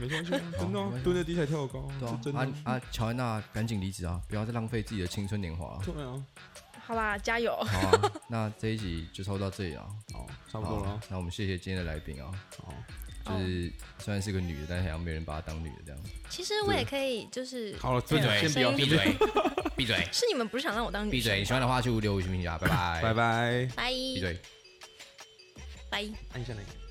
[SPEAKER 3] 没关系啊，真的
[SPEAKER 2] 没关系
[SPEAKER 3] 啊
[SPEAKER 2] 啊
[SPEAKER 3] 蹲在地才跳高，
[SPEAKER 2] 对
[SPEAKER 3] 是真的
[SPEAKER 2] 啊
[SPEAKER 3] 啊，
[SPEAKER 2] 啊啊，乔安娜，赶紧离职啊，不要再浪费自己的青春年华了。
[SPEAKER 3] 对啊，
[SPEAKER 1] 好啦，加油！
[SPEAKER 2] 好啊，那这一集就差不多到这里了。
[SPEAKER 3] 好，
[SPEAKER 2] 好
[SPEAKER 3] 差不多了啊，
[SPEAKER 2] 那我们谢谢今天的来宾啊，
[SPEAKER 3] 好，
[SPEAKER 2] 就是虽然是个女的，但好像没人把她当女的这样。
[SPEAKER 1] 其实我也可以，就是
[SPEAKER 3] 好了，真的，先不要，
[SPEAKER 1] 闭
[SPEAKER 2] 嘴，闭嘴，
[SPEAKER 1] 是你们不是想让我当女
[SPEAKER 2] 闭嘴！
[SPEAKER 1] 生？
[SPEAKER 2] 喜欢的话去五六五评评啊，拜拜，
[SPEAKER 3] 拜，拜，
[SPEAKER 1] 拜
[SPEAKER 2] 闭嘴。
[SPEAKER 1] 拜。
[SPEAKER 3] 按一下那个。